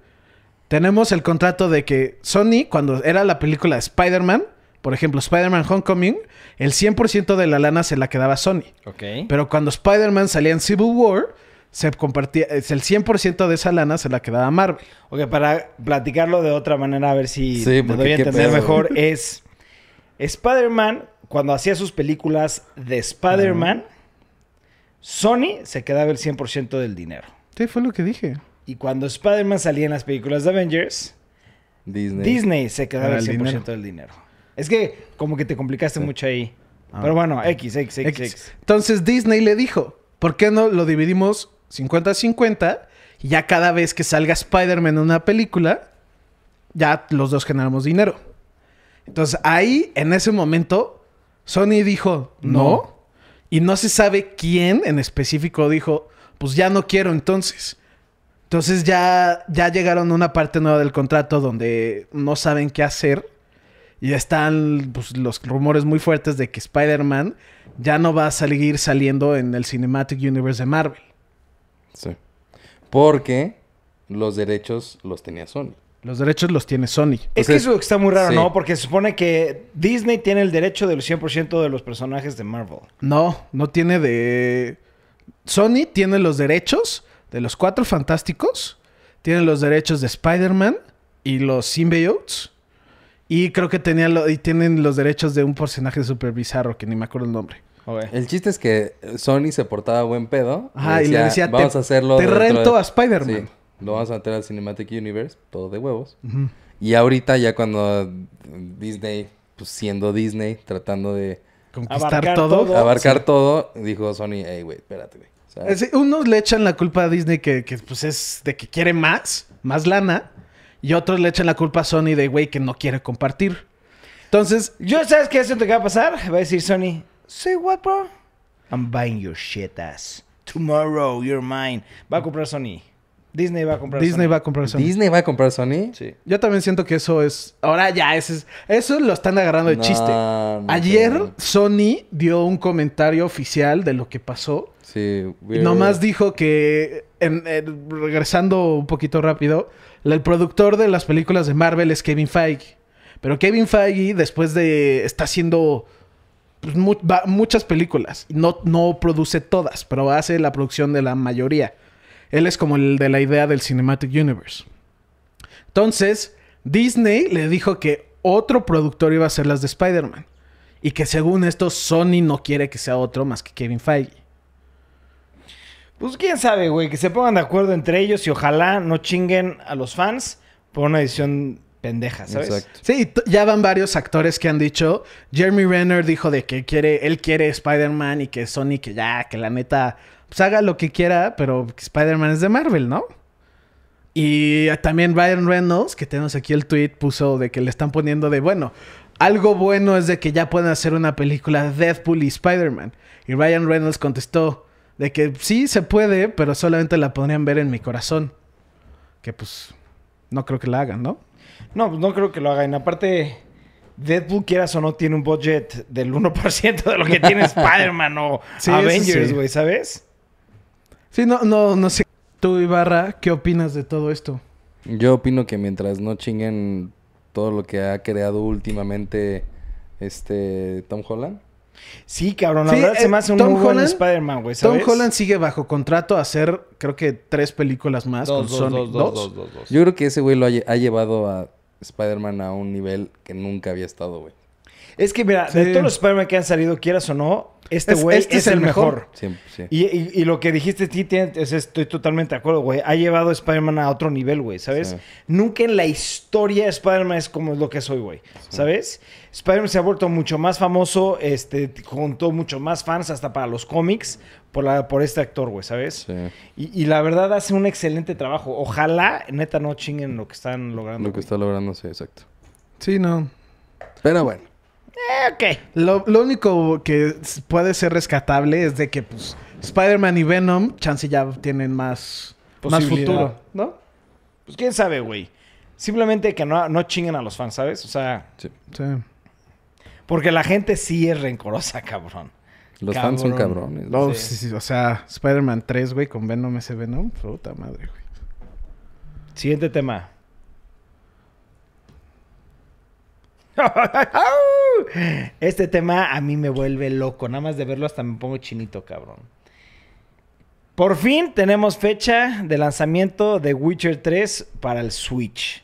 Speaker 3: Tenemos el contrato de que Sony, cuando era la película de Spider-Man, por ejemplo, Spider-Man Homecoming, el 100% de la lana se la quedaba Sony.
Speaker 1: Ok.
Speaker 3: Pero cuando Spider-Man salía en Civil War, se compartía, es el 100% de esa lana se la quedaba Marvel.
Speaker 1: Ok, para platicarlo de otra manera, a ver si
Speaker 2: Sí,
Speaker 1: me
Speaker 2: porque
Speaker 1: doy a
Speaker 2: qué
Speaker 1: entender
Speaker 2: pedo.
Speaker 1: mejor, es Spider-Man, cuando hacía sus películas de Spider-Man, Sony se quedaba el 100% del dinero.
Speaker 3: Sí, fue lo que dije.
Speaker 1: Y cuando Spider-Man salía en las películas de Avengers,
Speaker 2: Disney.
Speaker 1: Disney se quedaba
Speaker 3: Era
Speaker 1: el 100%
Speaker 3: el dinero.
Speaker 1: del dinero. Es que como que te complicaste mucho ahí. Pero bueno, X, X, X, X.
Speaker 3: Entonces Disney le dijo, ¿por qué no lo dividimos 50-50? Y ya cada vez que salga Spider-Man en una película, ya los dos generamos dinero. Entonces ahí, en ese momento, Sony dijo, no. Y no se sabe quién en específico dijo, pues ya no quiero entonces. Entonces ya, ya llegaron a una parte nueva del contrato donde no saben qué hacer. Y están pues, los rumores muy fuertes de que Spider-Man ya no va a seguir saliendo en el Cinematic Universe de Marvel.
Speaker 2: Sí. Porque los derechos los tenía Sony.
Speaker 3: Los derechos los tiene Sony.
Speaker 1: Es
Speaker 2: Pues
Speaker 1: que
Speaker 2: es-
Speaker 1: eso está muy raro,
Speaker 2: sí.
Speaker 1: ¿no? Porque se supone que Disney tiene el derecho del 100% de los personajes de Marvel.
Speaker 3: No, no tiene de... Sony tiene los derechos de los Cuatro Fantásticos, tiene los derechos de Spider-Man y los Symbiotes. Y creo que tenía lo- y tienen los derechos de un personaje súper bizarro que ni me acuerdo el nombre.
Speaker 2: El chiste es que Sony se portaba buen pedo.
Speaker 3: Ajá, y le decía,
Speaker 2: vamos
Speaker 3: "Te-
Speaker 2: a hacerlo
Speaker 3: te
Speaker 2: dentro de-
Speaker 3: rento a Spider-Man".
Speaker 2: lo vamos a meter al Cinematic Universe, todo de huevos. Y ahorita ya cuando Disney, pues siendo Disney, tratando de
Speaker 3: Conquistar
Speaker 1: Abarcar
Speaker 3: todo.
Speaker 1: todo.
Speaker 2: abarcar todo, dijo Sony, hey, güey, espérate, güey. O sea,
Speaker 3: Es- unos le echan la culpa a Disney que, que, pues es de que quiere más, más lana, y otros le echan la culpa a Sony de güey que no quiere compartir. Entonces,
Speaker 1: Yo, ¿sabes qué es lo que va a pasar? Va a decir Sony, say what, bro? I'm buying your shit ass. Tomorrow, you're mine. Va a comprar Sony. Disney va a comprar
Speaker 3: Disney
Speaker 1: Sony.
Speaker 3: va a comprar Sony.
Speaker 2: ¿Disney va a comprar Sony?
Speaker 1: Sí.
Speaker 3: Yo también siento que eso es. Ahora ya, ese es- eso lo están agarrando de
Speaker 2: No,
Speaker 3: chiste.
Speaker 2: no
Speaker 3: Ayer
Speaker 2: creo.
Speaker 3: Sony dio un comentario oficial de lo que pasó.
Speaker 2: Sí.
Speaker 3: Y
Speaker 2: we're-
Speaker 3: nomás dijo que, en- en- regresando un poquito rápido, el productor de las películas de Marvel es Kevin Feige. Pero Kevin Feige, después de. está haciendo pues, mu- va- muchas películas. No, no produce todas, pero hace la producción de la mayoría. Él es como el de la idea del Cinematic Universe. Entonces, Disney le dijo que otro productor iba a hacer las de Spider-Man. Y que según esto, Sony no quiere que sea otro más que Kevin Feige.
Speaker 1: Pues quién sabe, güey, que se pongan de acuerdo entre ellos y ojalá no chinguen a los fans por una edición pendeja, ¿sabes?
Speaker 2: Exacto.
Speaker 3: Sí, t- ya van varios actores que han dicho. Jeremy Renner dijo de que quiere, él quiere Spider-Man y que Sony que ya, que la neta, pues haga lo que quiera, pero que Spider-Man es de Marvel, ¿no? Y eh, también Ryan Reynolds, que tenemos aquí el tweet, puso de que le están poniendo de bueno. Algo bueno es de que ya pueden hacer una película de Deadpool y Spider-Man. Y Ryan Reynolds contestó de que sí se puede, pero solamente la podrían ver en mi corazón. Que pues no creo que la hagan, ¿no?
Speaker 1: No, pues no creo que lo hagan. Aparte, Deadpool, quieras o no, tiene un budget
Speaker 3: (laughs)
Speaker 1: del 1% de lo que tiene Spider-Man o
Speaker 3: Sí, eso
Speaker 1: Avengers,
Speaker 3: sí.
Speaker 1: güey, ¿sabes?
Speaker 3: Sí, no, no, no sé. Tú, Ibarra, ¿qué opinas de todo esto?
Speaker 2: Yo opino que mientras no chinguen todo lo que ha creado últimamente este Tom Holland.
Speaker 1: Sí, cabrón, la
Speaker 3: Sí,
Speaker 1: verdad se
Speaker 3: eh,
Speaker 1: me hace un
Speaker 3: Tom
Speaker 1: muy buen
Speaker 3: Holland-
Speaker 1: Spider-Man, güey,
Speaker 3: Tom
Speaker 1: ¿sabes?
Speaker 3: Holland sigue bajo contrato a hacer, creo que, tres películas más con Sony. ¿Dos?
Speaker 2: Yo creo que ese güey lo ha, lle- ha llevado a Spider-Man a un nivel que nunca había estado, güey.
Speaker 1: Es que mira, de
Speaker 3: Sí.
Speaker 1: todos los Spider-Man que han salido, quieras o no, este
Speaker 3: Es-
Speaker 1: güey
Speaker 3: este
Speaker 1: es, el mejor.
Speaker 2: Siempre, sí.
Speaker 1: Y, y- y lo que dijiste, ti, tien- es- estoy totalmente de acuerdo, güey. Ha llevado a Spider-Man a otro nivel, güey, ¿sabes?
Speaker 2: Sí.
Speaker 1: Nunca en la historia Spider-Man es como lo que soy, güey, ¿sabes? Spider-Man se ha vuelto mucho más famoso, este, juntó mucho más fans hasta para los cómics por, la, por este actor, güey, ¿sabes?
Speaker 2: Sí.
Speaker 1: Y, y la verdad hace un excelente trabajo. Ojalá, neta, no chinguen lo que están logrando.
Speaker 2: Lo que
Speaker 1: güey.
Speaker 2: está logrando, sí, exacto.
Speaker 3: Sí, no.
Speaker 2: Pero bueno.
Speaker 1: Eh, ok.
Speaker 3: Lo, lo único que s- puede ser rescatable es de que, pues, Spider-Man y Venom, chance ya tienen más, más
Speaker 1: Posibilidad.
Speaker 3: futuro, ¿no?
Speaker 1: Pues quién sabe, güey. Simplemente que no, no chinguen a los fans, ¿sabes? O sea,
Speaker 2: sí.
Speaker 3: Sí.
Speaker 1: porque la gente sí es rencorosa, cabrón.
Speaker 2: Los fans son
Speaker 1: Cabrón.
Speaker 2: cabrones.
Speaker 3: No, sí, sí, o sea, Spider-Man 3, güey, con Venom, ese Venom, puta madre, güey.
Speaker 1: Siguiente tema. (laughs) Este tema a mí me vuelve loco. Nada más de verlo hasta me pongo chinito, cabrón. Por fin tenemos fecha de lanzamiento de Witcher 3 para el Switch.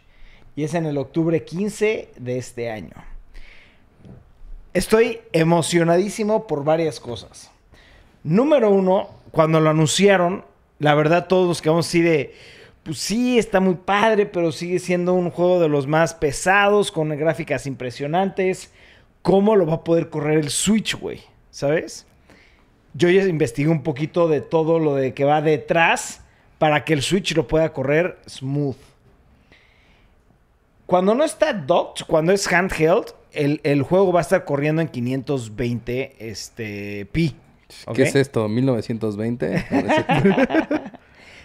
Speaker 1: Y es en el octubre 15 de este año. Estoy emocionadísimo por varias cosas. Número uno, cuando lo anunciaron, la verdad todos nos quedamos así de, pues sí, está muy padre, pero sigue siendo un juego de los más pesados, con gráficas impresionantes. ¿Cómo lo va a poder correr el Switch, güey? ¿Sabes? Yo ya investigué un poquito de todo lo de que va detrás para que el Switch lo pueda correr smooth. Cuando no está docked, cuando es handheld, el, el juego va a estar corriendo en 520 este, pi.
Speaker 2: ¿Qué
Speaker 1: ¿ok?
Speaker 2: es
Speaker 1: (laughs)
Speaker 2: esto? ¿1920?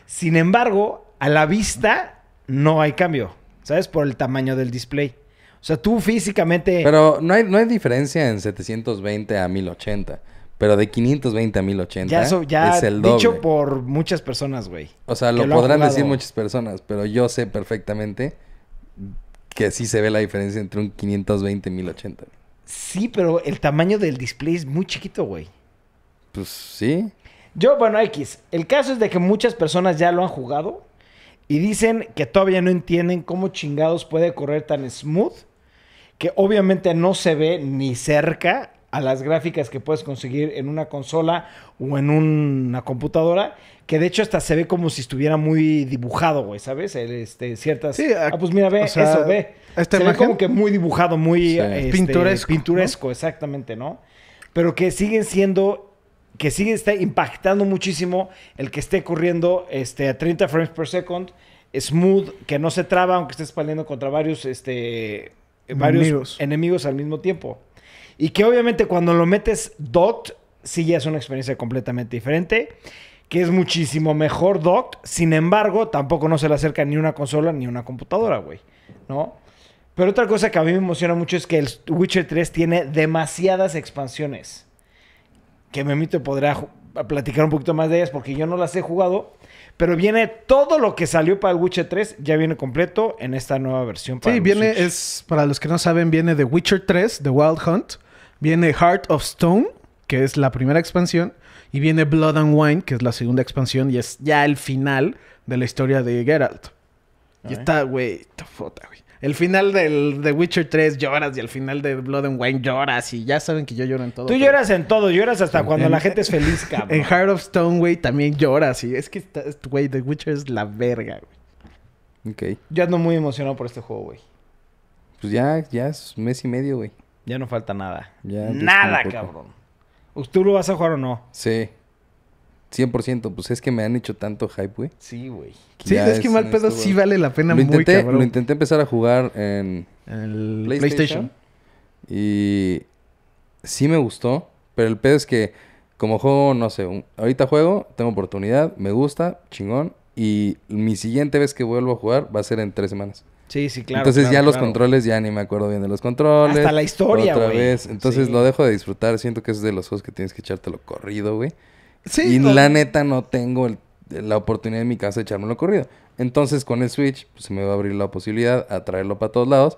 Speaker 1: Sin embargo, a la vista no hay cambio, ¿sabes? Por el tamaño del display. O sea, tú físicamente...
Speaker 2: Pero no hay, no hay diferencia en 720 a 1080. Pero de 520 a 1080
Speaker 1: ya eso- ya
Speaker 2: ¿eh? es el doble.
Speaker 1: dicho por muchas personas, güey.
Speaker 2: O sea,
Speaker 1: que
Speaker 2: lo,
Speaker 1: lo han
Speaker 2: podrán
Speaker 1: jugado.
Speaker 2: decir muchas personas, pero yo sé perfectamente que sí se ve la diferencia entre un 520 y 1080.
Speaker 1: Sí, pero el tamaño del display es muy chiquito, güey.
Speaker 2: Pues sí.
Speaker 1: Yo, bueno, X. El caso es de que muchas personas ya lo han jugado y dicen que todavía no entienden cómo chingados puede correr tan smooth, que obviamente no se ve ni cerca a las gráficas que puedes conseguir en una consola o en una computadora, que de hecho hasta se ve como si estuviera muy dibujado, güey, ¿sabes? El, este, ciertas...
Speaker 3: Sí, a-
Speaker 1: ah, pues mira, ve,
Speaker 3: o sea,
Speaker 1: eso, ve.
Speaker 3: esta
Speaker 1: se ve
Speaker 3: imagen-
Speaker 1: como que muy dibujado, muy...
Speaker 2: Sí.
Speaker 1: este,
Speaker 3: Pintoresco, ¿no?
Speaker 1: Pintoresco, exactamente, ¿no? Pero que siguen siendo que sigue está impactando muchísimo el que esté corriendo este, a 30 frames per second, smooth, que no se traba, aunque estés peleando contra varios, este, varios enemigos.
Speaker 3: Enemigos.
Speaker 1: al mismo tiempo. Y que obviamente cuando lo metes docked, sí ya es una experiencia completamente diferente, que es muchísimo mejor docked, sin embargo, tampoco no se le acerca ni una consola ni una computadora, güey, ¿no? Pero otra cosa que a mí me emociona mucho es que el Witcher 3 tiene demasiadas expansiones que Memito podrá ju- a platicar un poquito más de ellas porque yo no las he jugado. Pero viene todo lo que salió para el Witcher 3, ya viene completo en esta nueva versión. Para
Speaker 3: Sí,
Speaker 1: el
Speaker 3: viene,
Speaker 1: Switch.
Speaker 3: es, para los que no saben, viene The Witcher 3, The Wild Hunt. Viene Heart of Stone, que es la primera expansión. Y viene Blood and Wine, que es la segunda expansión y es ya el final de la historia de Geralt. Y
Speaker 1: Ok.
Speaker 3: está, güey, está puta, güey. El final del The Witcher 3 lloras y el final de Blood and Wine lloras. Y ya saben que yo lloro en todo.
Speaker 1: Tú
Speaker 3: pero-
Speaker 1: lloras en todo, lloras hasta cuando
Speaker 3: En-
Speaker 1: la gente es feliz, cabrón.
Speaker 3: (laughs) En Heart of Stone, güey, también lloras. Y es que, está- güey, The Witcher es la verga, güey.
Speaker 2: Ok.
Speaker 1: Yo ando muy emocionado por este juego, güey.
Speaker 2: Pues ya, ya es mes y medio, güey.
Speaker 1: Ya no falta nada.
Speaker 2: Ya,
Speaker 1: nada,
Speaker 2: desconozco.
Speaker 1: cabrón. ¿Tú lo vas a jugar o no?
Speaker 2: Sí. 100%. Pues es que me han hecho tanto hype, güey.
Speaker 1: Sí, güey.
Speaker 3: Sí,
Speaker 2: ya
Speaker 3: es que mal pedo
Speaker 2: esto,
Speaker 3: sí
Speaker 2: güey.
Speaker 3: vale la pena
Speaker 2: lo intenté,
Speaker 3: muy cabrón.
Speaker 2: Lo intenté empezar a jugar en
Speaker 3: El
Speaker 2: PlayStation. Y sí me gustó, pero el pedo es que como juego, no sé, un- ahorita juego, tengo oportunidad, me gusta, chingón. Y mi siguiente vez que vuelvo a jugar va a ser en tres semanas.
Speaker 1: Sí, sí, claro.
Speaker 2: Entonces
Speaker 1: claro,
Speaker 2: ya los
Speaker 1: claro.
Speaker 2: controles, ya ni me acuerdo bien de los controles.
Speaker 1: Hasta la historia,
Speaker 2: Otra
Speaker 1: güey.
Speaker 2: vez. Entonces
Speaker 1: Sí.
Speaker 2: lo dejo de disfrutar. Siento que es de los juegos que tienes que echártelo corrido, güey.
Speaker 3: Sí,
Speaker 2: y
Speaker 3: no,
Speaker 2: la neta no tengo el la oportunidad en mi casa de echármelo corrido. Entonces con el Switch pues, se me va a abrir la posibilidad a traerlo para todos lados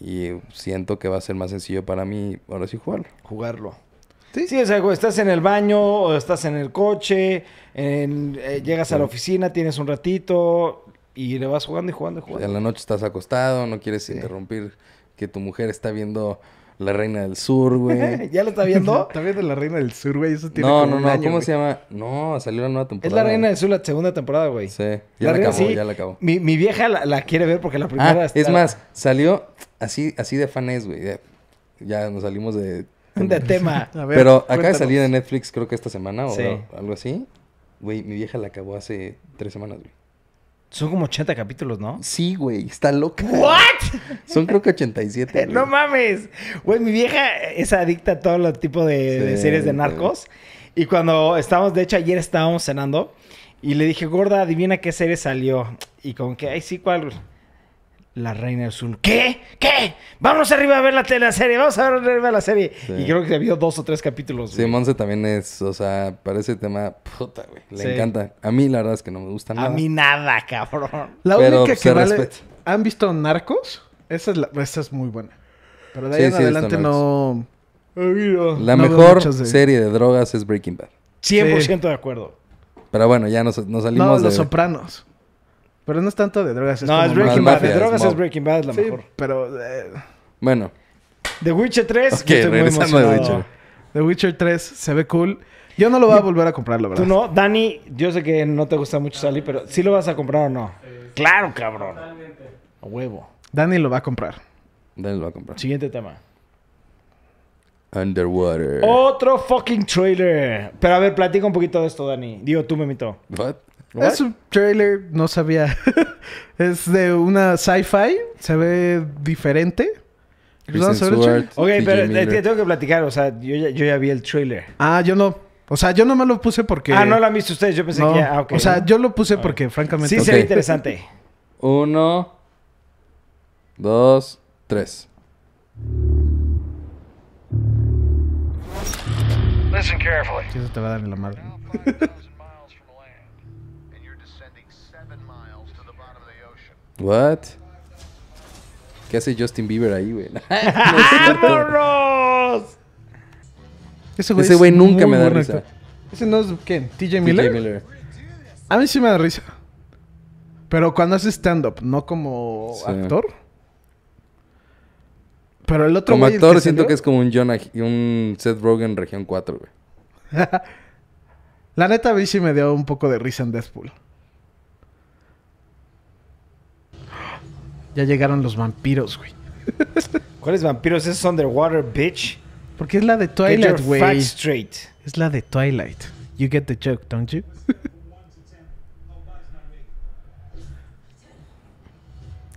Speaker 2: y siento que va a ser más sencillo para mí ahora sí jugarlo.
Speaker 1: Jugarlo. Sí, sí o sea, güey, estás en el baño, o estás en el coche, en- eh, llegas a la oficina, tienes un ratito y le vas jugando y jugando y
Speaker 2: En
Speaker 1: jugando.
Speaker 2: la noche estás acostado, no quieres interrumpir que tu mujer está viendo La Reina del Sur, güey.
Speaker 1: (laughs) ¿Ya lo está
Speaker 3: (laughs)
Speaker 2: (laughs)
Speaker 1: viendo?
Speaker 3: También de la Reina del Sur, güey. Eso tiene
Speaker 2: no,
Speaker 3: como
Speaker 2: no,
Speaker 3: un
Speaker 2: no,
Speaker 3: año,
Speaker 2: ¿cómo
Speaker 3: güey.
Speaker 2: se llama? No, salió la nueva
Speaker 1: es
Speaker 2: temporada.
Speaker 1: la Reina del Sur, la segunda temporada, güey.
Speaker 2: Sí,
Speaker 1: La
Speaker 2: ya la
Speaker 1: Reina-
Speaker 2: acabó,
Speaker 1: sí,
Speaker 2: ya la acabó.
Speaker 1: Mi, mi vieja la, la quiere ver porque la primera...
Speaker 2: Ah, es
Speaker 1: está-
Speaker 2: más, salió así, así de fanés, güey. Ya, ya nos salimos de...
Speaker 1: (laughs) De tema.
Speaker 3: A ver,
Speaker 2: Pero acaba de
Speaker 3: cuéntanos.
Speaker 2: salir de Netflix, creo que esta semana o
Speaker 1: Sí.
Speaker 2: algo así. Güey, mi vieja la acabó hace tres semanas, güey.
Speaker 1: Son como 80 capítulos, ¿no?
Speaker 2: Sí, güey, está loca.
Speaker 1: ¿What?
Speaker 2: Son creo que 87.
Speaker 1: Este, (laughs) No
Speaker 2: güey.
Speaker 1: mames. Güey, mi vieja es adicta a todo los tipo de,
Speaker 2: Sí,
Speaker 1: de series de
Speaker 2: güey.
Speaker 1: narcos. Y cuando estábamos, de hecho, ayer estábamos cenando. Y le dije, gorda, adivina qué serie salió. Y como que, ay, sí, ¿cuál? La Reina del Sur. ¿Qué? ¿Qué? Vamos arriba a ver la, tele- la serie. Vamos a ver arriba la serie.
Speaker 2: Sí.
Speaker 1: Y creo que se vio dos o tres capítulos.
Speaker 2: Sí,
Speaker 1: güey.
Speaker 2: Monse también es, o sea, para ese tema, puta, güey. Le
Speaker 1: Sí.
Speaker 2: encanta. A mí la verdad es que no me gusta nada.
Speaker 1: a mí nada, cabrón.
Speaker 3: La
Speaker 2: Pero,
Speaker 3: única
Speaker 2: pues,
Speaker 3: que
Speaker 2: se
Speaker 3: vale...
Speaker 2: respeta.
Speaker 3: ¿Han visto Narcos? Esa es, la... esa es muy buena. Pero de ahí
Speaker 2: Sí,
Speaker 3: en
Speaker 2: sí, he visto
Speaker 3: adelante no...
Speaker 2: La
Speaker 3: No veo
Speaker 2: mejor
Speaker 3: muchas de-
Speaker 2: serie de drogas es Breaking Bad.
Speaker 1: 100% de acuerdo.
Speaker 2: Pero bueno, ya nos, nos
Speaker 3: No,
Speaker 2: salimos
Speaker 3: Los
Speaker 2: de...
Speaker 3: Sopranos. Pero no es tanto de drogas.
Speaker 1: no, es
Speaker 3: como
Speaker 1: Breaking
Speaker 2: más
Speaker 1: Bad. De
Speaker 2: mafias,
Speaker 1: drogas
Speaker 2: mob.
Speaker 1: es Breaking Bad, es la
Speaker 3: Sí,
Speaker 1: mejor.
Speaker 3: pero eh,
Speaker 2: Bueno,
Speaker 1: The Witcher 3, yo
Speaker 2: ok,
Speaker 1: estoy muy
Speaker 2: regresando a
Speaker 1: emocionado.
Speaker 2: Witcher.
Speaker 3: The Witcher 3 se ve cool. Yo no lo voy a volver a comprar, la verdad.
Speaker 1: Tú no, Dani, yo sé que no te gusta mucho salir, pero ¿sí lo vas a comprar o no? Claro, cabrón. A huevo.
Speaker 3: Dani lo va a comprar.
Speaker 2: Daniel va a comprar.
Speaker 1: Siguiente tema.
Speaker 3: Eh.
Speaker 2: Underwater.
Speaker 3: Oh.
Speaker 1: Otro fucking trailer. Pero a ver, platica un poquito de esto, Dani. Digo, tú me invitó.
Speaker 2: What?
Speaker 3: Es un trailer, no sabía. (laughs) es de una sci-fi, se ve diferente.
Speaker 2: Kristen
Speaker 3: Vamos a ver el trailer.
Speaker 2: Stewart,
Speaker 1: Ok,
Speaker 2: T.J.
Speaker 1: pero eh,
Speaker 2: Miller.
Speaker 1: te tengo que platicar, o sea, yo ya, yo ya vi el trailer.
Speaker 3: Ah, yo no. O sea, yo no me lo puse porque.
Speaker 1: Ah, no lo han visto ustedes, yo pensé
Speaker 3: No.
Speaker 1: que ya. ah, ok.
Speaker 3: O sea, yo lo puse porque,
Speaker 1: Sí,
Speaker 3: francamente.
Speaker 1: se
Speaker 2: Ok.
Speaker 1: ve
Speaker 3: (laughs)
Speaker 1: interesante.
Speaker 2: Uno, dos, tres.
Speaker 5: Listen carefully.
Speaker 3: Sí, Eso te va a dar en la madre.
Speaker 5: 5,000 miles from land, and you're descending seven miles to the bottom of the ocean.
Speaker 2: What? ¿Qué hace Justin Bieber ahí, güey?
Speaker 3: (laughs)
Speaker 2: (laughs) No es cierto.
Speaker 1: ¡Vámonos!
Speaker 2: Ese güey
Speaker 3: es
Speaker 2: nunca
Speaker 3: muy
Speaker 2: me da
Speaker 3: buen
Speaker 2: risa.
Speaker 3: actor. Ese no es quién? TJ
Speaker 2: T.J.
Speaker 3: Miller?
Speaker 2: Miller.
Speaker 3: A mí sí me da risa. Pero cuando hace stand-up, no como
Speaker 2: Sí.
Speaker 3: actor. Pero el otro
Speaker 2: Como
Speaker 3: güey, el
Speaker 2: actor siento
Speaker 3: salió-
Speaker 2: que es como un Jonah, un Seth Rogen región 4, güey.
Speaker 3: La neta, a mí sí me dio un poco de risa en Deadpool. Ya llegaron los vampiros, güey.
Speaker 1: ¿Cuáles vampiros? Esos Underwater, bitch.
Speaker 3: Porque es la de
Speaker 1: Get your
Speaker 3: Twilight, güey.
Speaker 1: facts straight.
Speaker 3: Es la de Twilight. You get the joke, don't you?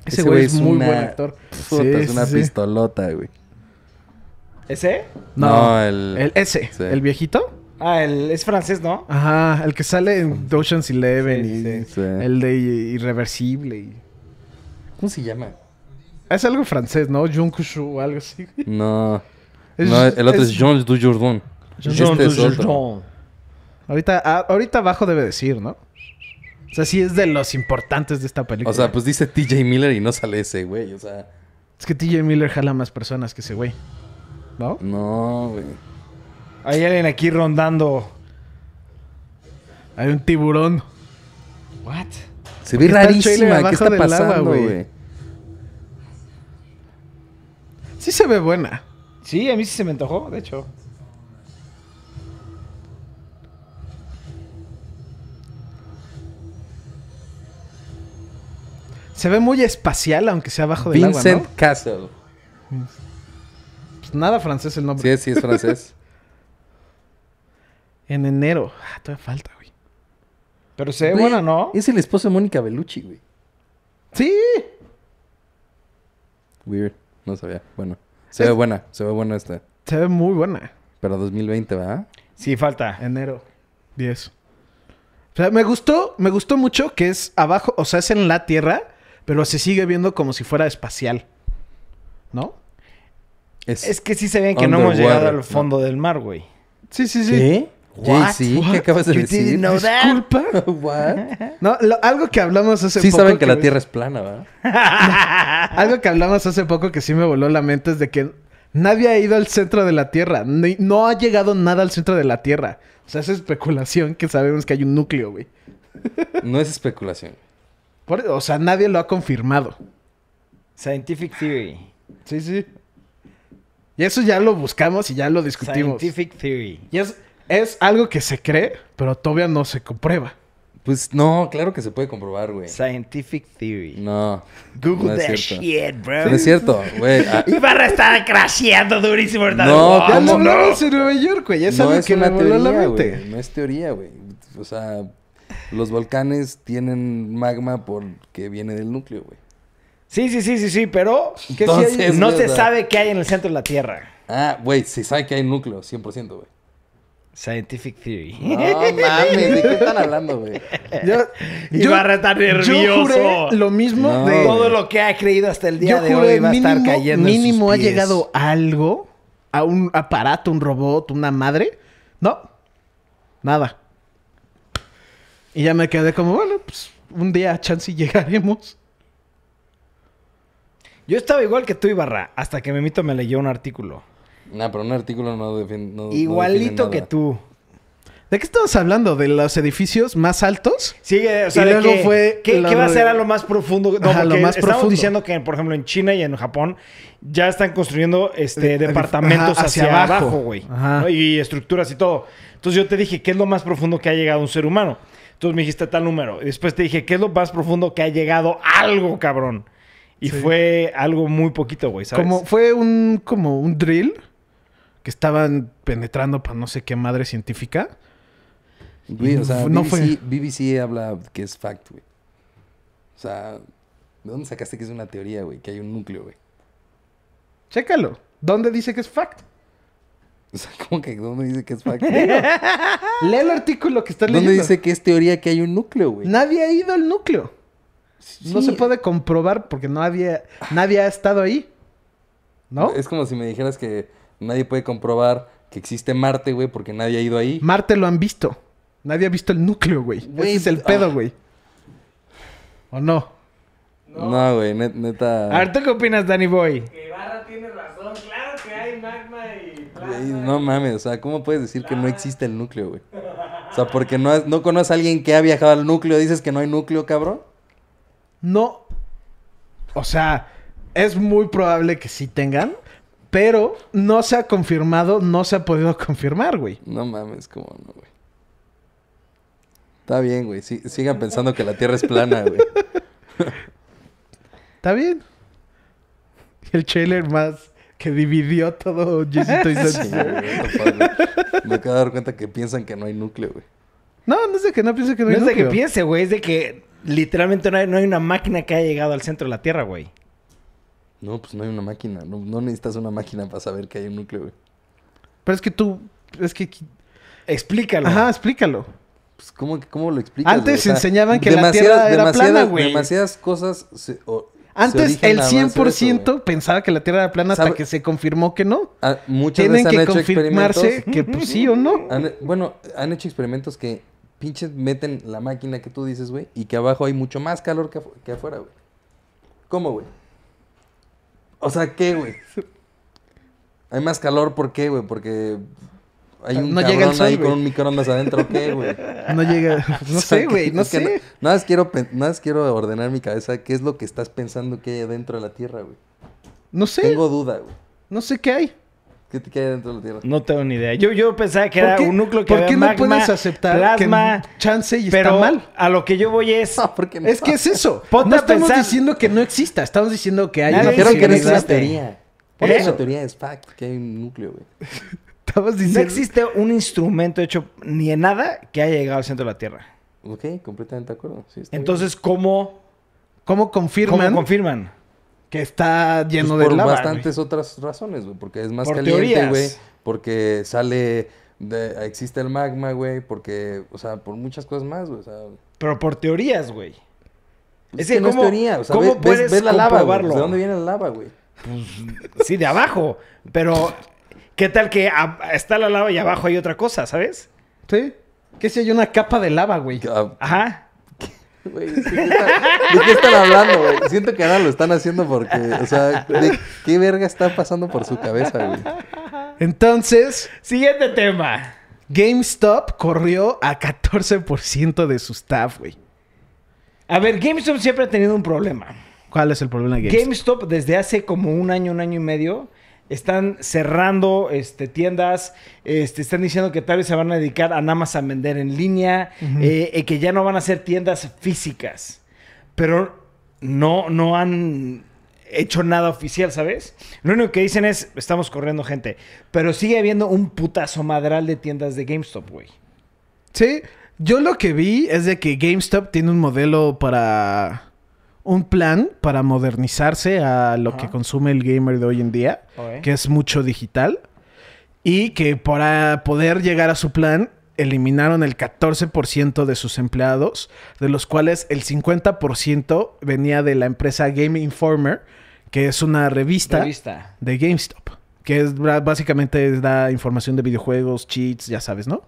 Speaker 3: Ese güey es muy
Speaker 2: una-
Speaker 3: buen actor.
Speaker 2: Puta,
Speaker 3: Sí,
Speaker 2: es una
Speaker 3: sí, sí.
Speaker 2: pistolota, güey.
Speaker 1: ¿Ese?
Speaker 3: No,
Speaker 2: No,
Speaker 3: el...
Speaker 2: el-
Speaker 3: Ese,
Speaker 2: sí.
Speaker 3: el viejito.
Speaker 1: Ah, el, es francés, ¿no?
Speaker 3: Ajá, el que sale en Ocean's Eleven
Speaker 1: Sí,
Speaker 3: y
Speaker 2: sí. Sí.
Speaker 3: el de Irreversible. y-
Speaker 2: ¿Cómo se llama?
Speaker 3: Es algo francés, ¿no? Junkushu o algo así. güey.
Speaker 2: No.
Speaker 3: Es-
Speaker 2: no, el otro es,
Speaker 3: es-
Speaker 2: Jean Dujardin. este es otro.
Speaker 3: Ahorita, a- ahorita abajo debe decir, ¿no? O sea, sí es de los importantes de esta película.
Speaker 2: O sea, pues dice TJ Miller y no sale ese, güey. O sea,
Speaker 3: Es que TJ Miller jala más personas que ese güey. ¿No?
Speaker 2: no, güey.
Speaker 1: Hay alguien aquí rondando.
Speaker 3: Hay un tiburón.
Speaker 1: What?
Speaker 2: Se ve
Speaker 3: está el trailer
Speaker 2: rarísima.
Speaker 3: abajo
Speaker 2: ¿Qué está
Speaker 3: del agua,
Speaker 2: pasando,
Speaker 3: güey?
Speaker 2: güey?
Speaker 3: Sí se ve buena.
Speaker 1: Sí, a mí sí se me antojó, de hecho.
Speaker 3: Se ve muy espacial, aunque sea abajo del
Speaker 2: Vincent
Speaker 3: agua,
Speaker 2: Castle.
Speaker 3: ¿no? Pues nada francés el nombre.
Speaker 2: Sí, sí,
Speaker 3: (laughs)
Speaker 2: es francés.
Speaker 3: En enero. Ah, todavía falta, güey.
Speaker 1: Pero se ve
Speaker 2: Güey,
Speaker 1: buena, ¿no?
Speaker 2: Es el esposo de Mónica Bellucci, güey.
Speaker 3: Sí.
Speaker 2: Weird. No sabía. Bueno. Se ve buena. Se ve buena esta.
Speaker 3: Se ve muy buena.
Speaker 2: Pero 2020, ¿va?
Speaker 1: Sí, falta.
Speaker 3: Enero 10. O sea, me gustó, me gustó mucho que es abajo, o sea, es en la Tierra, pero se sigue viendo como si fuera espacial. ¿No?
Speaker 1: Es que sí se ven que no hemos
Speaker 2: Underwater,
Speaker 1: llegado al
Speaker 2: ¿no?
Speaker 1: fondo del mar, güey.
Speaker 3: Sí, sí, sí.
Speaker 2: ¿Qué? JC, ¿qué acabas de
Speaker 1: You
Speaker 2: decir?
Speaker 1: didn't know that?
Speaker 3: ¿Culpa?
Speaker 2: (laughs) What?
Speaker 3: No, lo- algo que hablamos hace
Speaker 2: Sí
Speaker 3: poco.
Speaker 2: saben que la Tierra es plana, ¿verdad?
Speaker 3: (laughs) Algo que hablamos hace poco que sí me voló la mente es de que nadie ha ido al centro de la Tierra. Ni- no ha llegado nada al centro de la Tierra. O sea, es especulación que sabemos que hay un núcleo, güey.
Speaker 2: No es especulación.
Speaker 3: Por- o sea, nadie lo ha confirmado.
Speaker 1: Scientific Theory.
Speaker 3: Sí, sí. Y eso ya lo buscamos y ya lo discutimos.
Speaker 1: Scientific Theory.
Speaker 3: Y es, es algo que se cree, pero todavía no se comprueba.
Speaker 2: Pues no, claro que se puede comprobar, güey.
Speaker 1: Scientific Theory.
Speaker 2: No.
Speaker 1: Google
Speaker 2: no es
Speaker 1: that
Speaker 2: cierto.
Speaker 1: shit, bro.
Speaker 2: No es cierto, güey. Ah,
Speaker 1: Ibarra estaba crasheando durísimo. ¿verdad?
Speaker 2: No,
Speaker 1: Wow.
Speaker 3: Ya lo
Speaker 2: ¿cómo no?
Speaker 3: hablamos en Nueva York, güey. Es
Speaker 2: no
Speaker 3: algo
Speaker 2: es
Speaker 3: que me
Speaker 2: una
Speaker 3: voló la
Speaker 2: teoría,
Speaker 3: mente.
Speaker 2: güey. No es teoría, güey. O sea, los volcanes tienen magma porque viene del núcleo, güey.
Speaker 1: Sí, sí, sí, sí, sí, pero que sí hay-
Speaker 2: Entonces,
Speaker 1: no
Speaker 2: güey,
Speaker 1: se
Speaker 2: o sea-
Speaker 1: sabe qué hay en el centro de la Tierra.
Speaker 2: Ah, güey, se sabe que hay núcleo, 100%, güey.
Speaker 1: Scientific Theory.
Speaker 2: (laughs) No mames, ¿de qué están hablando, güey?
Speaker 3: Yo,
Speaker 1: (laughs) Ibarra está nervioso.
Speaker 3: Yo juré lo mismo
Speaker 2: No,
Speaker 3: de...
Speaker 1: (laughs)
Speaker 2: güey.
Speaker 1: Todo lo que ha creído hasta el día
Speaker 3: Yo
Speaker 1: de
Speaker 3: juré
Speaker 1: hoy va a estar
Speaker 3: mínimo-
Speaker 1: cayendo. en sus
Speaker 3: Mínimo ha
Speaker 1: pies.
Speaker 3: llegado algo a un aparato, un robot, una madre. No, nada. Y ya me quedé como, bueno, pues un día chance y llegaremos.
Speaker 1: Yo estaba igual que tú, Ibarra, hasta que Memito me leyó un artículo.
Speaker 2: No, pero un artículo no define. no- no define
Speaker 1: Igualito
Speaker 2: nada.
Speaker 1: que tú.
Speaker 3: ¿De qué estabas hablando? ¿De los edificios más altos?
Speaker 1: Sigue, o sea,
Speaker 3: Y
Speaker 1: de
Speaker 3: luego
Speaker 1: que-
Speaker 3: fue
Speaker 1: ¿qué,
Speaker 3: lo
Speaker 1: qué va a
Speaker 3: de-
Speaker 1: ser a lo más profundo? No,
Speaker 3: Ajá, lo
Speaker 1: porque
Speaker 3: más
Speaker 1: estamos
Speaker 3: profundo.
Speaker 1: diciendo que, por ejemplo, en China y en Japón ya están construyendo este,
Speaker 3: Eh,
Speaker 1: departamentos
Speaker 3: ajá,
Speaker 1: hacia,
Speaker 3: hacia
Speaker 1: abajo,
Speaker 3: abajo.
Speaker 1: güey.
Speaker 3: Ajá.
Speaker 1: ¿no? Y estructuras y todo. Entonces yo te dije, ¿qué es lo más profundo que ha llegado un ser humano? Entonces me dijiste tal número. Y después te dije, ¿qué es lo más profundo que ha llegado algo, cabrón? Y fue algo muy poquito, güey, ¿sabes?
Speaker 3: Como fue un como un drill que estaban penetrando para no sé qué madre científica.
Speaker 2: Güey, o sea,
Speaker 3: No
Speaker 2: BBC,
Speaker 3: fue.
Speaker 2: BBC habla que es fact, güey. O sea, ¿de dónde sacaste que es una teoría, güey? Que hay un núcleo, güey.
Speaker 3: Chécalo. ¿Dónde dice que es fact?
Speaker 2: O sea, ¿cómo que dónde dice que es fact? (laughs)
Speaker 3: Lee el artículo que estás
Speaker 2: ¿Dónde
Speaker 3: leyendo.
Speaker 2: dice que es teoría que hay un núcleo, güey?
Speaker 3: Nadie ha ido al núcleo. No
Speaker 2: Sí.
Speaker 3: se puede comprobar porque no había, nadie ha estado ahí. ¿No?
Speaker 2: Es como si me dijeras que nadie puede comprobar que existe Marte, güey, porque nadie ha ido ahí.
Speaker 3: Marte lo han visto. Nadie ha visto el núcleo, güey.
Speaker 2: Güey,
Speaker 3: Ese es el
Speaker 2: ah.
Speaker 3: pedo, güey. ¿O no?
Speaker 2: no, güey, net- neta.
Speaker 1: A ver, ¿tú qué opinas, Danny Boy?
Speaker 6: Ibarra tiene razón, claro que hay magma y
Speaker 2: Güey,
Speaker 6: plasma.
Speaker 2: No mames, o sea, ¿cómo puedes decir que no existe el núcleo, güey? O sea, porque no, has- no conoces a alguien que ha viajado al núcleo, dices que no hay núcleo, cabrón.
Speaker 3: No. O sea, es muy probable que sí tengan, pero no se ha confirmado, no se ha podido (laughs) confirmar, güey.
Speaker 2: No mames, cómo no, güey. Está bien, güey. sí- sigan pensando que la Tierra es plana, güey.
Speaker 3: ¿Está bien? El trailer más que dividió todo Jessito y
Speaker 2: (laughs) Sí, (laughs)
Speaker 3: Santi.
Speaker 2: güey, what the fuck, güey. Me acabo de dar cuenta que piensan que no hay núcleo, güey.
Speaker 3: No, no es de que no piense que no,
Speaker 1: No
Speaker 3: hay
Speaker 1: es de que
Speaker 3: núcleo.
Speaker 1: piense, güey. Es de que literalmente no hay, no hay una máquina que haya llegado al centro de la Tierra, güey.
Speaker 2: No, pues no hay una máquina. No, no necesitas una máquina para saber que hay un núcleo, güey.
Speaker 3: Pero es que tú, es que...
Speaker 1: Explícalo.
Speaker 3: Ajá, explícalo.
Speaker 2: Pues, ¿cómo, cómo lo explicas?
Speaker 3: Antes
Speaker 2: güey? O sea,
Speaker 3: enseñaban que la Tierra era plana,
Speaker 2: demasiadas-
Speaker 3: güey.
Speaker 2: Demasiadas cosas se- o- se
Speaker 3: Antes
Speaker 2: origen
Speaker 3: el
Speaker 2: a base de eso,
Speaker 3: 100%
Speaker 2: güey.
Speaker 3: pensaba que la Tierra era plana hasta
Speaker 2: ¿Sabe?
Speaker 3: que se confirmó que no.
Speaker 2: Ah, muchas
Speaker 3: Tienen
Speaker 2: veces han
Speaker 3: que
Speaker 2: hecho
Speaker 3: confirmarse
Speaker 2: experimentos-
Speaker 3: que pues, sí o no.
Speaker 2: (laughs) han- bueno, han hecho experimentos que pinches meten la máquina que tú dices, güey, y que abajo hay mucho más calor que, afu- que afuera, güey. ¿Cómo, güey? O sea, ¿qué, güey? Hay más calor, ¿por qué, güey? Porque hay un
Speaker 3: No llega el
Speaker 2: cabrón
Speaker 3: sol,
Speaker 2: ahí
Speaker 3: güey.
Speaker 2: con un microondas adentro, ¿qué,
Speaker 3: (laughs)
Speaker 2: güey?
Speaker 3: No llega. No
Speaker 2: (laughs) O sea,
Speaker 3: sé, güey.
Speaker 2: que-
Speaker 3: No
Speaker 2: es que
Speaker 3: sé.
Speaker 2: Nada más, quiero, pen- nada más quiero ordenar mi cabeza qué es lo que estás pensando que hay dentro de la Tierra, güey.
Speaker 3: No sé.
Speaker 2: Tengo duda, güey.
Speaker 3: No sé qué hay.
Speaker 2: ¿Qué, qué hay dentro de la Tierra? (laughs)
Speaker 1: No tengo ni idea. Yo, yo pensaba que
Speaker 3: ¿Por
Speaker 1: era
Speaker 3: qué-
Speaker 1: un núcleo que
Speaker 3: ¿Por
Speaker 1: había
Speaker 3: qué no
Speaker 1: magma,
Speaker 3: puedes aceptar
Speaker 1: plasma,
Speaker 3: que chance y
Speaker 1: pero
Speaker 3: está mal?
Speaker 1: a lo que yo voy es...
Speaker 2: No, porque no.
Speaker 3: Es que es eso.
Speaker 1: Ponte
Speaker 3: no
Speaker 1: a
Speaker 3: estamos
Speaker 1: pensar.
Speaker 3: diciendo que no exista. Estamos diciendo que hay
Speaker 1: Nadie
Speaker 3: una
Speaker 1: dice
Speaker 2: Dijeron que no es una
Speaker 1: existe.
Speaker 3: posibilidad.
Speaker 2: teoría.
Speaker 1: Por
Speaker 2: Por es
Speaker 1: eso.
Speaker 2: una teoría, es fact, que hay un núcleo, güey.
Speaker 3: Estabas
Speaker 1: No
Speaker 3: diciendo...
Speaker 1: existe un instrumento hecho ni en nada que haya llegado al centro de la Tierra.
Speaker 2: Ok, completamente de acuerdo. sí, está bien.
Speaker 1: Entonces, ¿cómo, cómo
Speaker 3: ¿Cómo confirman
Speaker 1: confirman?
Speaker 3: que está
Speaker 2: Pues
Speaker 3: lleno
Speaker 2: por
Speaker 3: de lava?
Speaker 2: bastantes otras razones, güey. Porque es más
Speaker 1: Por
Speaker 2: caliente,
Speaker 1: teorías.
Speaker 2: güey. Porque sale, de- existe el magma, güey. Porque, o sea, por muchas cosas más, güey. O sea,
Speaker 1: Pero por teorías, güey.
Speaker 2: pues
Speaker 1: Es que
Speaker 2: no es
Speaker 1: ¿cómo-
Speaker 2: teoría. O sea,
Speaker 1: cómo
Speaker 2: ve- ves-
Speaker 1: puedes
Speaker 2: ves la lava, güey.
Speaker 1: comprobarlo?
Speaker 2: ¿De dónde viene la lava, güey?
Speaker 1: Sí, de abajo. Pero, ¿qué tal que a- está la lava y abago hay otra cosa, ¿sabes?
Speaker 3: ¿Sí? ¿Qué si hay una capa de lava, güey?
Speaker 2: Ah,
Speaker 1: Ajá.
Speaker 2: güey, ¿de qué está- ¿De qué están hablando, güey? Siento que ahora lo están haciendo porque, o sea, ¿de qué verga está pasando por su cabeza, güey?
Speaker 3: Entonces,
Speaker 1: Siguiente tema.
Speaker 3: GameStop corrió a 14% de su staff, güey.
Speaker 1: A ver, GameStop siempre ha tenido un problema.
Speaker 3: ¿Cuál es el problema de GameStop?
Speaker 1: GameStop desde hace como un año, un año y medio, están cerrando este, tiendas, este, están diciendo que tal vez se van a dedicar a nada más a vender en línea, eh, eh, que ya no van a ser tiendas físicas, pero no, no han hecho nada oficial, ¿sabes? Lo único que dicen es, estamos corriendo gente, pero sigue habiendo un putazo madral de tiendas de GameStop, güey.
Speaker 3: Sí, yo lo que vi es de que GameStop tiene un modelo para... Un plan para modernizarse a lo que consume el gamer de hoy en día,
Speaker 1: Ok.
Speaker 3: que es mucho digital. Y que para poder llegar a su plan, eliminaron el 14% de sus empleados, de los cuales el 50% venía de la empresa Game Informer, que es una revista,
Speaker 1: Revista.
Speaker 3: de GameStop, que es bra- básicamente da información de videojuegos, cheats, ya sabes, ¿no?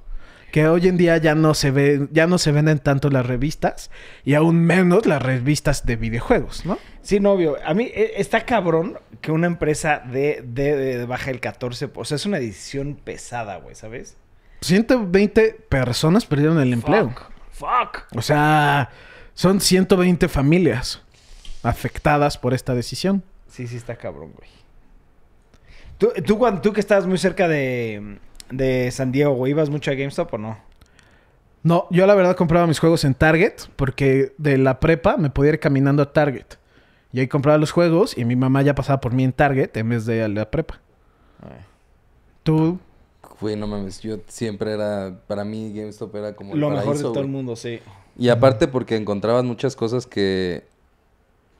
Speaker 3: Que hoy en día ya no se ve, ya no se venden tanto las revistas y aún menos las revistas de videojuegos, ¿no?
Speaker 1: Sí, no, obvio. A mí eh, está cabrón que una empresa de, de, de- de baja el 14. O sea, es una decisión pesada, güey, ¿sabes?
Speaker 3: 120 personas perdieron el empleo.
Speaker 1: Fuck.
Speaker 3: O sea, son 120 familias afectadas por esta decisión.
Speaker 1: Sí, sí, está cabrón, güey. Tú, tú, cuando, tú que estabas muy cerca de, de San Diego, güey, ¿ibas mucho a GameStop o no?
Speaker 3: No, yo la verdad compraba mis juegos en Target porque de la prepa me podía ir caminando a Target. Y ahí compraba los juegos y mi mamá ya pasaba por mí en Target en vez de a la prepa. Tú,
Speaker 2: Güey, no mames, yo siempre era, para mí GameStop era como el
Speaker 1: Lo mejor de
Speaker 2: paraíso,
Speaker 1: todo el
Speaker 2: güey.
Speaker 1: mundo, sí.
Speaker 2: Y aparte porque encontrabas muchas cosas que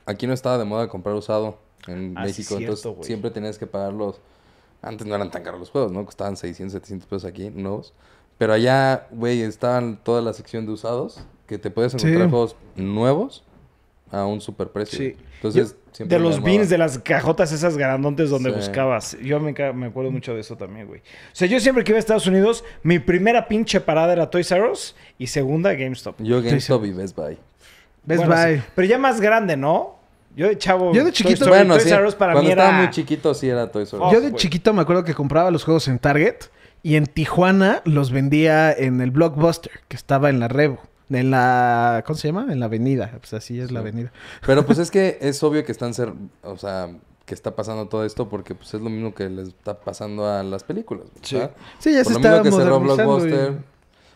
Speaker 2: aquí no estaba de moda comprar usado en
Speaker 1: Ah, sí,
Speaker 2: México,
Speaker 1: cierto,
Speaker 2: entonces
Speaker 1: güey.
Speaker 2: siempre tenías que pagarlos. Antes no eran tan caros los juegos, ¿no? Costaban 600, 700 pesos aquí, nuevos. Pero allá, güey, estaban toda la sección de usados que te puedes encontrar
Speaker 3: Sí.
Speaker 2: juegos nuevos a un superprecio.
Speaker 1: Sí.
Speaker 2: Entonces,
Speaker 1: Yo-
Speaker 2: siempre
Speaker 1: de
Speaker 2: me
Speaker 1: los
Speaker 2: armaba.
Speaker 1: bins, de las cajotas esas grandotes donde
Speaker 2: Sí.
Speaker 1: buscabas. Yo me, ca- me acuerdo mucho de eso también, güey. O sea, yo siempre que iba a Estados Unidos, mi primera pinche parada era Toys R Us y segunda GameStop.
Speaker 2: Yo GameStop y Best Buy.
Speaker 3: Best
Speaker 1: Bueno,
Speaker 3: Buy.
Speaker 1: sí, Pero ya más grande, ¿no? Yo de chavo.
Speaker 3: Yo de
Speaker 1: Toy
Speaker 3: chiquito-
Speaker 1: Story,
Speaker 2: bueno,
Speaker 1: Toys
Speaker 2: sí,
Speaker 1: R Us para
Speaker 2: cuando
Speaker 1: mí era.
Speaker 2: estaba muy chiquito sí era Toys R Us.
Speaker 1: Oh,
Speaker 3: Yo de
Speaker 1: güey.
Speaker 3: chiquito me acuerdo que compraba los juegos en Target y en Tijuana los vendía en el Blockbuster que estaba en la Revo. En la... ¿Cómo se llama? En la avenida. Pues así es la
Speaker 2: Sí.
Speaker 3: avenida.
Speaker 2: Pero pues es que es obvio que están ser, o sea, que está pasando todo esto porque pues es lo mismo que les está pasando a las películas. ¿verdad?
Speaker 3: Sí, ya
Speaker 2: Por
Speaker 3: se
Speaker 2: lo mismo
Speaker 3: está
Speaker 2: que cerró
Speaker 3: modernizando. y-
Speaker 2: Blockbuster.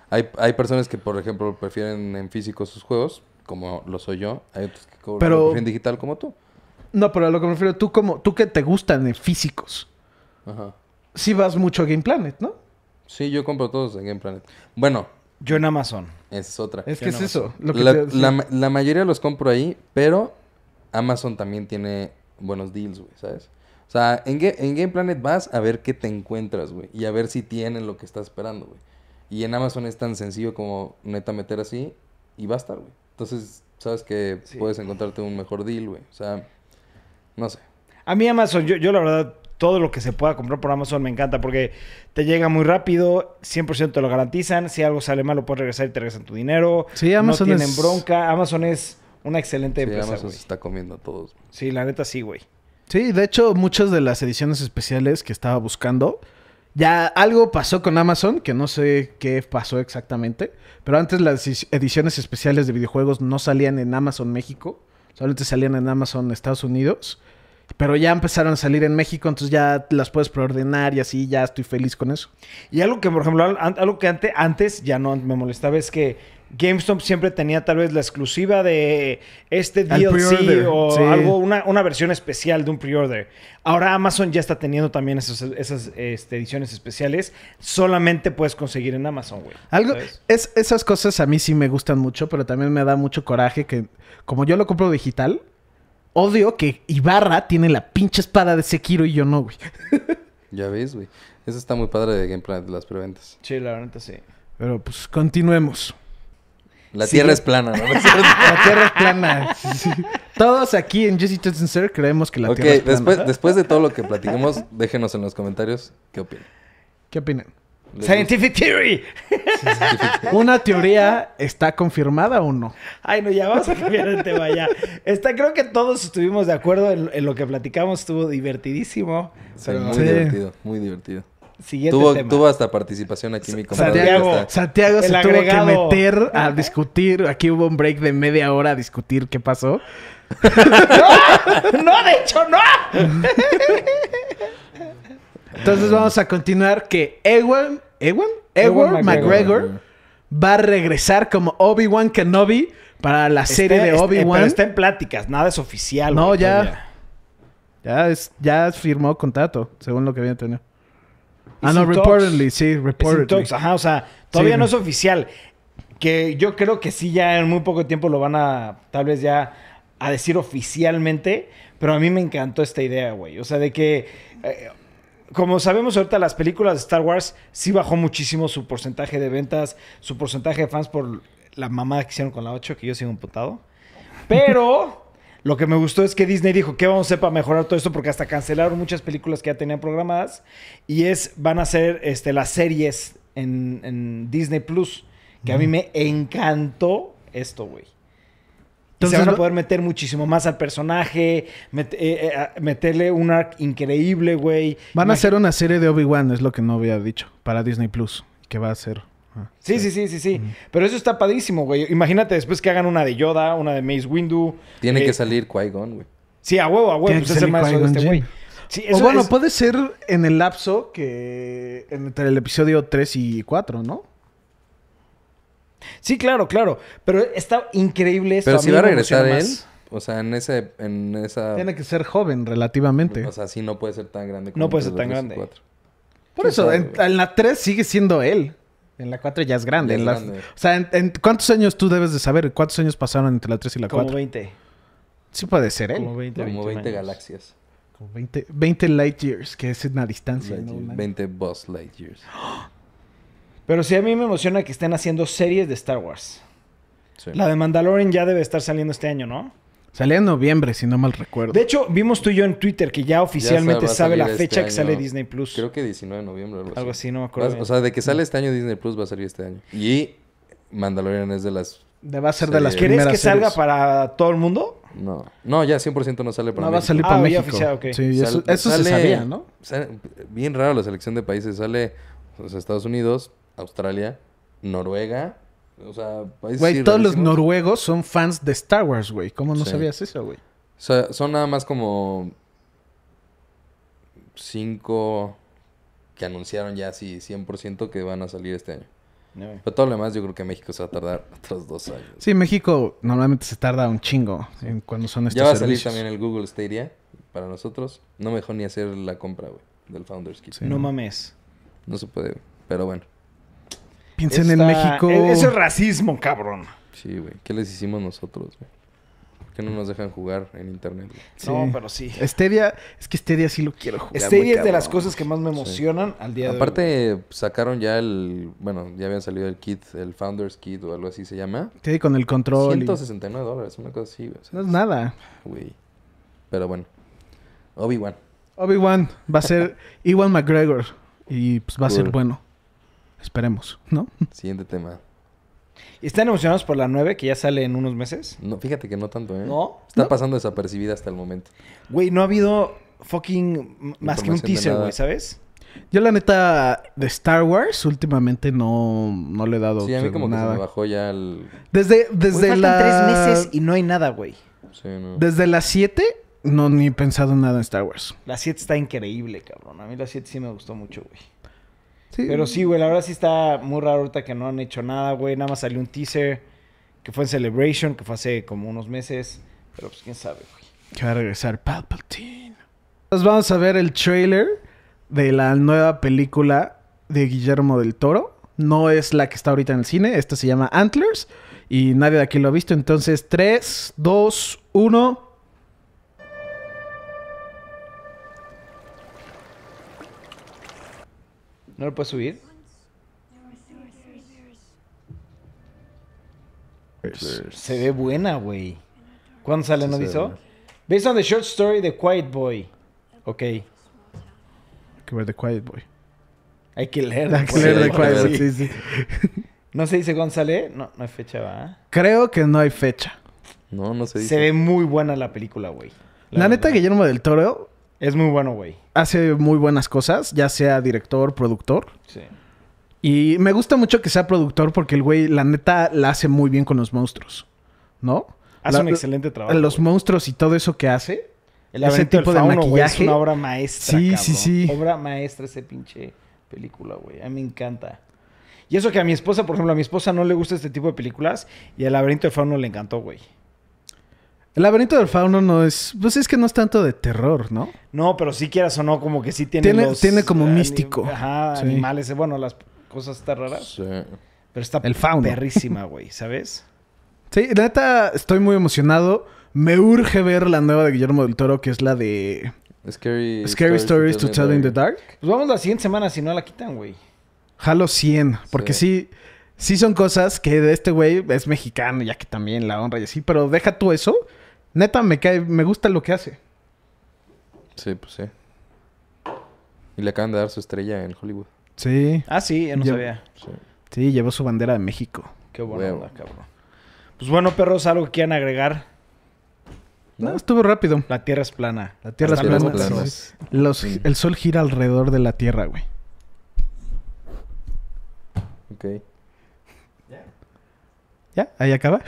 Speaker 2: Hay, hay personas que, por ejemplo, prefieren en físico sus juegos, como lo soy yo. Hay otros que co- lo
Speaker 3: Pero-
Speaker 2: prefieren digital como tú.
Speaker 3: No, pero a lo que me refiero, tú como... Tú que te gustan en físicos.
Speaker 2: Ajá.
Speaker 3: Sí vas mucho a Game Planet, ¿no?
Speaker 2: Sí, yo compro todos en Game Planet. Bueno,
Speaker 1: Yo en Amazon.
Speaker 2: esa es otra.
Speaker 3: Es que es eso. Lo que
Speaker 2: la,
Speaker 3: te decía.
Speaker 2: la ma- la mayoría los compro ahí, pero Amazon también tiene buenos deals, güey, ¿sabes? O sea, en, Ga- en Game Planet vas a ver qué te encuentras, güey, y a ver si tienen lo que estás esperando, güey. Y en Amazon es tan sencillo como neta meter así y basta, güey. Entonces, sabes que puedes encontrarte un mejor deal, güey. O sea, no sé.
Speaker 1: A mí Amazon, yo, yo la verdad, todo lo que se pueda comprar por Amazon me encanta porque te llega muy rápido, 100% te lo garantizan. Si algo sale mal, lo puedes regresar y te regresan tu dinero.
Speaker 3: Sí, Amazon
Speaker 1: No tienen
Speaker 3: es-
Speaker 1: bronca. Amazon es una excelente
Speaker 2: Sí,
Speaker 1: empresa,
Speaker 2: Amazon
Speaker 1: güey.
Speaker 2: se está comiendo a todos. güey.
Speaker 1: Sí, la neta sí, güey.
Speaker 3: Sí, de hecho, muchas de las ediciones especiales que estaba buscando, ya algo pasó con Amazon, que no sé qué pasó exactamente, pero antes las is- ediciones especiales de videojuegos no salían en Amazon México, solamente salían en Amazon Estados Unidos, pero ya empezaron a salir en México, entonces ya las puedes preordenar y así, ya estoy feliz con eso.
Speaker 1: Y algo que, por ejemplo, al- an- algo que ante- antes ya no me molestaba es que GameStop siempre tenía tal vez la exclusiva de este
Speaker 3: Al
Speaker 1: DLC
Speaker 3: pre-order,
Speaker 1: o
Speaker 3: sí.
Speaker 1: algo, una, una versión especial de un pre-order. Ahora Amazon ya está teniendo también esos- esas este, ediciones especiales. Solamente puedes conseguir en Amazon, güey.
Speaker 3: Algo,
Speaker 1: ¿Sabes?
Speaker 3: es, esas cosas a mí sí me gustan mucho, pero también me da mucho coraje que, como yo lo compro digital, odio que Ibarra tiene la pinche espada de Sekiro y yo no, güey.
Speaker 2: Ya ves, güey. Eso está muy padre de Game Planet, las preventas.
Speaker 1: Sí, la verdad sí.
Speaker 3: Pero pues continuemos.
Speaker 2: La
Speaker 3: Sí.
Speaker 2: tierra es plana, ¿no? (laughs) ¿No es cierto?
Speaker 3: La Tierra es
Speaker 1: (laughs)
Speaker 3: plana. Sí, sí. Todos aquí en Jesse Johnson Sir creemos que la
Speaker 2: ok,
Speaker 3: Tierra es plana.
Speaker 2: (laughs) después, después de todo lo que platiquemos, déjenos en los comentarios qué opinan.
Speaker 3: ¿Qué opinan?
Speaker 2: Les
Speaker 1: Scientific Theory.
Speaker 3: ¿Una teoría está confirmada o no?
Speaker 1: Ay, no, ya vamos a cambiar el tema ya. Está, creo que todos estuvimos de acuerdo en, en lo que platicamos. Estuvo divertidísimo.
Speaker 2: gusta. Sí,
Speaker 1: Pero
Speaker 2: muy
Speaker 3: Sí.
Speaker 2: divertido, muy divertido.
Speaker 1: siguiente
Speaker 2: Tuvo,
Speaker 1: tema.
Speaker 2: tuvo hasta participación aquí mi compadre. que
Speaker 1: Santiago.
Speaker 2: está-
Speaker 3: Santiago se
Speaker 1: El
Speaker 3: tuvo
Speaker 1: agregado.
Speaker 3: que meter a discutir. Aquí hubo un break de media hora a discutir qué pasó.
Speaker 1: ¡No! (laughs) ¡No, de hecho, no!
Speaker 3: Entonces vamos a continuar que Ewan, Ewan,
Speaker 1: Ewan
Speaker 3: Ewan
Speaker 1: McGregor.
Speaker 3: McGregor va a regresar como Obi-Wan Kenobi para la
Speaker 1: Está-
Speaker 3: serie de
Speaker 1: está- eh, Pero
Speaker 3: Obi-Wan.
Speaker 1: está en pláticas, nada es oficial.
Speaker 3: No,
Speaker 1: güey,
Speaker 3: ya.
Speaker 1: todavía.
Speaker 3: Ya, es- ya firmó contrato, según lo que había tenido.
Speaker 1: Y
Speaker 3: Ah, no,
Speaker 1: sin talks.
Speaker 3: reportedly, sí,
Speaker 1: Es in
Speaker 3: reportedly.
Speaker 1: talks, ajá, o sea, todavía
Speaker 3: Sí.
Speaker 1: no es oficial. Que yo creo que sí, ya en muy poco tiempo lo van a, tal vez ya, a decir oficialmente. Pero a mí me encantó esta idea, güey. O sea, de que, eh, como sabemos ahorita, las películas de Star Wars sí bajó muchísimo su porcentaje de ventas, su porcentaje de fans por la mamada que hicieron con la 8, que yo sigo emputado. Pero lo que me gustó es que Disney dijo, ¿qué vamos a hacer para mejorar todo esto? Porque hasta cancelaron muchas películas que ya tenían programadas. Y es, van a hacer este, las series en, en Disney Plus. Que a mí me encantó esto, güey. Y se
Speaker 3: Entonces,
Speaker 1: van a
Speaker 3: ¿no?
Speaker 1: poder meter muchísimo más al personaje, met- eh, eh, a- meterle un arc increíble, güey.
Speaker 3: Van a
Speaker 1: Imag-
Speaker 3: hacer una serie de Obi-Wan, es lo que no había dicho, para Disney Plus. Que va a ser. Ah,
Speaker 1: Sí, sí, sí, sí, sí. Pero eso está padrísimo, güey. Imagínate después que hagan una de Yoda, una de Mace Windu.
Speaker 2: Tiene
Speaker 1: eh,
Speaker 2: que salir Qui-Gon, güey.
Speaker 1: Sí, a huevo, a huevo.
Speaker 3: Tiene
Speaker 1: Pues
Speaker 3: que
Speaker 1: es el
Speaker 3: salir
Speaker 1: maestro de
Speaker 3: Qui-Gon
Speaker 1: este güey.
Speaker 3: Jinn.
Speaker 1: Sí,
Speaker 3: o
Speaker 1: eso
Speaker 3: bueno, pues-
Speaker 1: es-
Speaker 3: puede ser en el lapso que. entre el episodio 3 y 4, ¿no?
Speaker 1: Sí, claro, claro. Pero está increíble esto.
Speaker 2: Pero
Speaker 1: A
Speaker 2: si
Speaker 1: mí
Speaker 2: va a
Speaker 1: me
Speaker 2: regresar
Speaker 1: emociona
Speaker 2: él,
Speaker 1: más.
Speaker 2: o sea, en ese, en esa,
Speaker 3: Tiene que ser joven, relativamente.
Speaker 2: o sea, sí no puede ser tan grande.
Speaker 1: No puede ser
Speaker 2: entre
Speaker 1: tan
Speaker 2: los
Speaker 1: grande.
Speaker 2: cuatro.
Speaker 3: Por eso,
Speaker 2: sabe,
Speaker 3: en,
Speaker 2: güey?
Speaker 3: en la 3 sigue siendo él. En la 4 ya es grande.
Speaker 2: Ya es
Speaker 3: en las-
Speaker 2: grande.
Speaker 3: O sea, en, en- ¿cuántos años tú debes de saber? ¿Cuántos años pasaron entre la 3 y la
Speaker 1: Como
Speaker 3: 4?
Speaker 1: 20.
Speaker 3: Sí puede ser él.
Speaker 1: Como 20.
Speaker 2: Como 20
Speaker 1: años.
Speaker 2: galaxias.
Speaker 3: Como 20, 20 light years, que es una distancia. ¿no?
Speaker 2: Lightyears,
Speaker 3: Una-
Speaker 2: 20 Boss Lightyears.
Speaker 1: Pero sí, a mí me emociona que estén haciendo series de Star Wars.
Speaker 2: Sí.
Speaker 1: La de Mandalorian ya debe estar saliendo este año, ¿no?
Speaker 3: Salía en noviembre, si no mal recuerdo.
Speaker 1: De hecho, vimos tú y yo en Twitter que ya oficialmente
Speaker 2: va a
Speaker 1: sabe la
Speaker 2: salir
Speaker 1: fecha
Speaker 2: este
Speaker 1: que sale
Speaker 2: año.
Speaker 1: Disney Plus.
Speaker 2: Creo que 19 de noviembre. Algo,
Speaker 1: Algo así, no me acuerdo
Speaker 2: Vas-
Speaker 1: bien.
Speaker 2: o sea, de que sale este año Disney Plus va a salir este año. Y Mandalorian es de las...
Speaker 3: De- va a ser de las
Speaker 2: Sí.
Speaker 1: ¿Crees
Speaker 3: primeras
Speaker 1: que salga
Speaker 3: series.
Speaker 1: para todo el mundo?
Speaker 2: No, no ya 100% no sale para
Speaker 3: No, va a
Speaker 2: México.
Speaker 3: salir
Speaker 1: Ah,
Speaker 3: para
Speaker 1: ya
Speaker 3: México.
Speaker 1: oficial, ok.
Speaker 3: Sí,
Speaker 2: Sal-
Speaker 3: eso, eso
Speaker 2: sale-
Speaker 3: se sabía, ¿no?
Speaker 2: sale- bien raro la selección de países. Sale o sea, Estados Unidos, Australia, Noruega. O sea, países.
Speaker 3: Güey,
Speaker 2: sí
Speaker 3: todos los
Speaker 2: rarísimos.
Speaker 3: noruegos son fans de Star Wars, güey. ¿Cómo no
Speaker 2: Sí.
Speaker 3: sabías eso, güey?
Speaker 2: O sea, son nada más como. Cinco que anunciaron ya así 100% que van a salir este año. Pero todo lo demás, yo creo que México se va a tardar otros dos años.
Speaker 3: Sí, México normalmente se tarda un chingo en cuando son estos
Speaker 2: ya va a salir
Speaker 3: servicios.
Speaker 2: también el Google Stadia para nosotros. No me dejó ni hacer la compra, güey, del Founders Kit.
Speaker 3: Sí.
Speaker 1: No mames.
Speaker 2: No se puede, güey. pero bueno.
Speaker 3: Piensen en
Speaker 1: Está-
Speaker 3: México.
Speaker 1: e- Eso es racismo, cabrón.
Speaker 2: Sí, güey. ¿Qué les hicimos nosotros, güey? ¿Por qué no nos dejan jugar en internet? güey?
Speaker 3: Sí.
Speaker 1: No, pero sí.
Speaker 3: (laughs) Stadia, es que Stadia sí lo quiero jugar. muy
Speaker 1: Stadia es de
Speaker 3: cabrón.
Speaker 1: las cosas que más me emocionan al día de hoy.
Speaker 2: Aparte, sacaron ya el... Bueno, ya había salido el kit, el Founders Kit o algo así se llama.
Speaker 3: Stadia con el control. y-
Speaker 2: 169 dólares, una cosa así, güey. O sea,
Speaker 3: No es nada.
Speaker 2: güey. Pero bueno. Obi-Wan.
Speaker 3: Obi-Wan va a ser Iwan McGregor. Y pues va a ser
Speaker 2: Cool.
Speaker 3: bueno. Esperemos, ¿no?
Speaker 2: Siguiente tema.
Speaker 1: ¿Están emocionados por la 9 que ya sale en unos meses?
Speaker 2: No, fíjate que no tanto, ¿eh?
Speaker 1: ¿No?
Speaker 2: Está pasando desapercibida hasta el momento.
Speaker 1: Güey, no ha habido fucking m- más que un
Speaker 2: Información de
Speaker 1: teaser,
Speaker 2: nada.
Speaker 1: güey, ¿sabes?
Speaker 3: Yo la neta de Star Wars últimamente no, no le he dado
Speaker 2: Sí, a mí como que se
Speaker 3: nada.
Speaker 2: me bajó ya el...
Speaker 3: desde
Speaker 1: Güey,
Speaker 3: desde
Speaker 1: Pues faltan
Speaker 3: la
Speaker 1: tres meses y no hay nada, güey.
Speaker 2: Sí, no.
Speaker 3: desde las 7 no ni he pensado nada en Star Wars.
Speaker 1: La 7 está increíble, cabrón. A mí la 7 sí me gustó mucho, güey.
Speaker 3: Sí.
Speaker 1: Pero sí, güey, la verdad sí está muy raro ahorita que no han hecho nada, güey. Nada más salió un teaser que fue en Celebration, que fue hace como unos meses. Pero pues quién sabe, güey.
Speaker 3: Que va a regresar Palpatine. Entonces vamos a ver el trailer de la nueva película de Guillermo del Toro. No es la que está ahorita en el cine. Esta se llama Antlers. Y nadie de aquí lo ha visto. Entonces, 3, 2, 1.
Speaker 1: ¿No lo puedes subir? Se ve buena, güey. ¿Cuándo sale, no
Speaker 2: se ve
Speaker 1: avisó?
Speaker 2: buena.
Speaker 1: Based on the short story The Quiet Boy. Ok.
Speaker 3: Que ver The Quiet Boy.
Speaker 1: Hay que leer.
Speaker 3: Hay que
Speaker 1: pues,
Speaker 3: leer
Speaker 2: hay
Speaker 3: The
Speaker 2: que
Speaker 3: Quiet,
Speaker 2: ver.
Speaker 3: sí, sí.
Speaker 1: ¿No se dice González? No, no hay fecha, ¿va?
Speaker 3: Creo que no hay fecha.
Speaker 2: No, no se dice.
Speaker 1: Se ve muy buena la película, güey.
Speaker 3: La, neta,
Speaker 1: verdad.
Speaker 3: Guillermo del Toro
Speaker 1: Es muy bueno, güey.
Speaker 3: hace muy buenas cosas, ya sea director, productor.
Speaker 1: Sí.
Speaker 3: Y me gusta mucho que sea productor porque el güey, la neta, la hace muy bien con los monstruos. ¿No?
Speaker 1: Hace
Speaker 3: La-
Speaker 1: un excelente trabajo.
Speaker 3: Los
Speaker 1: güey.
Speaker 3: monstruos y todo eso que hace.
Speaker 1: El
Speaker 3: ese
Speaker 1: laberinto del
Speaker 3: tipo de
Speaker 1: fauno, güey,
Speaker 3: maquillaje.
Speaker 1: Es una obra maestra.
Speaker 3: Sí,
Speaker 1: cabrón.
Speaker 3: sí, sí.
Speaker 1: Obra maestra ese pinche película, güey. A mí me encanta. Y eso que a mi esposa, por ejemplo, a mi esposa no le gusta este tipo de películas y el laberinto del fauno le encantó, güey.
Speaker 3: El laberinto del fauno no es. Pues es que no es tanto de terror, ¿no?
Speaker 1: No, pero si quieras o no, como que sí tiene
Speaker 3: Tiene-
Speaker 1: los,
Speaker 3: tiene como
Speaker 1: ani-
Speaker 3: místico.
Speaker 1: Ajá,
Speaker 3: Sí.
Speaker 1: animales. eh, Bueno, las cosas tan raras.
Speaker 2: Sí.
Speaker 1: Pero está
Speaker 3: El fauno.
Speaker 1: perrísima, güey, ¿sabes?
Speaker 3: Sí, la neta, estoy muy emocionado. Me urge ver la nueva de Guillermo del Toro, que es la de
Speaker 2: Scary,
Speaker 3: Scary Stories to Tell in the Dark.
Speaker 1: Pues vamos la siguiente semana si no la quitan, güey.
Speaker 3: Jalo 100, porque sí. sí, son cosas que de este güey es mexicano, ya que también la honra y así, pero deja tú eso. Neta, me cae, me gusta lo que hace.
Speaker 2: Sí, pues sí. Y le acaban de dar su estrella en Hollywood.
Speaker 3: Sí.
Speaker 1: Ah, sí, yo no
Speaker 3: Ya-
Speaker 1: sabía.
Speaker 2: Sí.
Speaker 3: Sí, llevó su bandera de México.
Speaker 1: Qué buena
Speaker 2: Huevo.
Speaker 1: onda, cabrón. Pues bueno, perros, algo que quieran agregar.
Speaker 3: No, estuvo rápido.
Speaker 1: La tierra es plana.
Speaker 3: La tierra es
Speaker 1: Hasta
Speaker 3: plana.
Speaker 1: los otros.
Speaker 2: planas.
Speaker 3: Los-
Speaker 2: Sí.
Speaker 3: El sol gira alrededor de la tierra, güey.
Speaker 2: Ok.
Speaker 3: ¿Ya? Ahí acaba.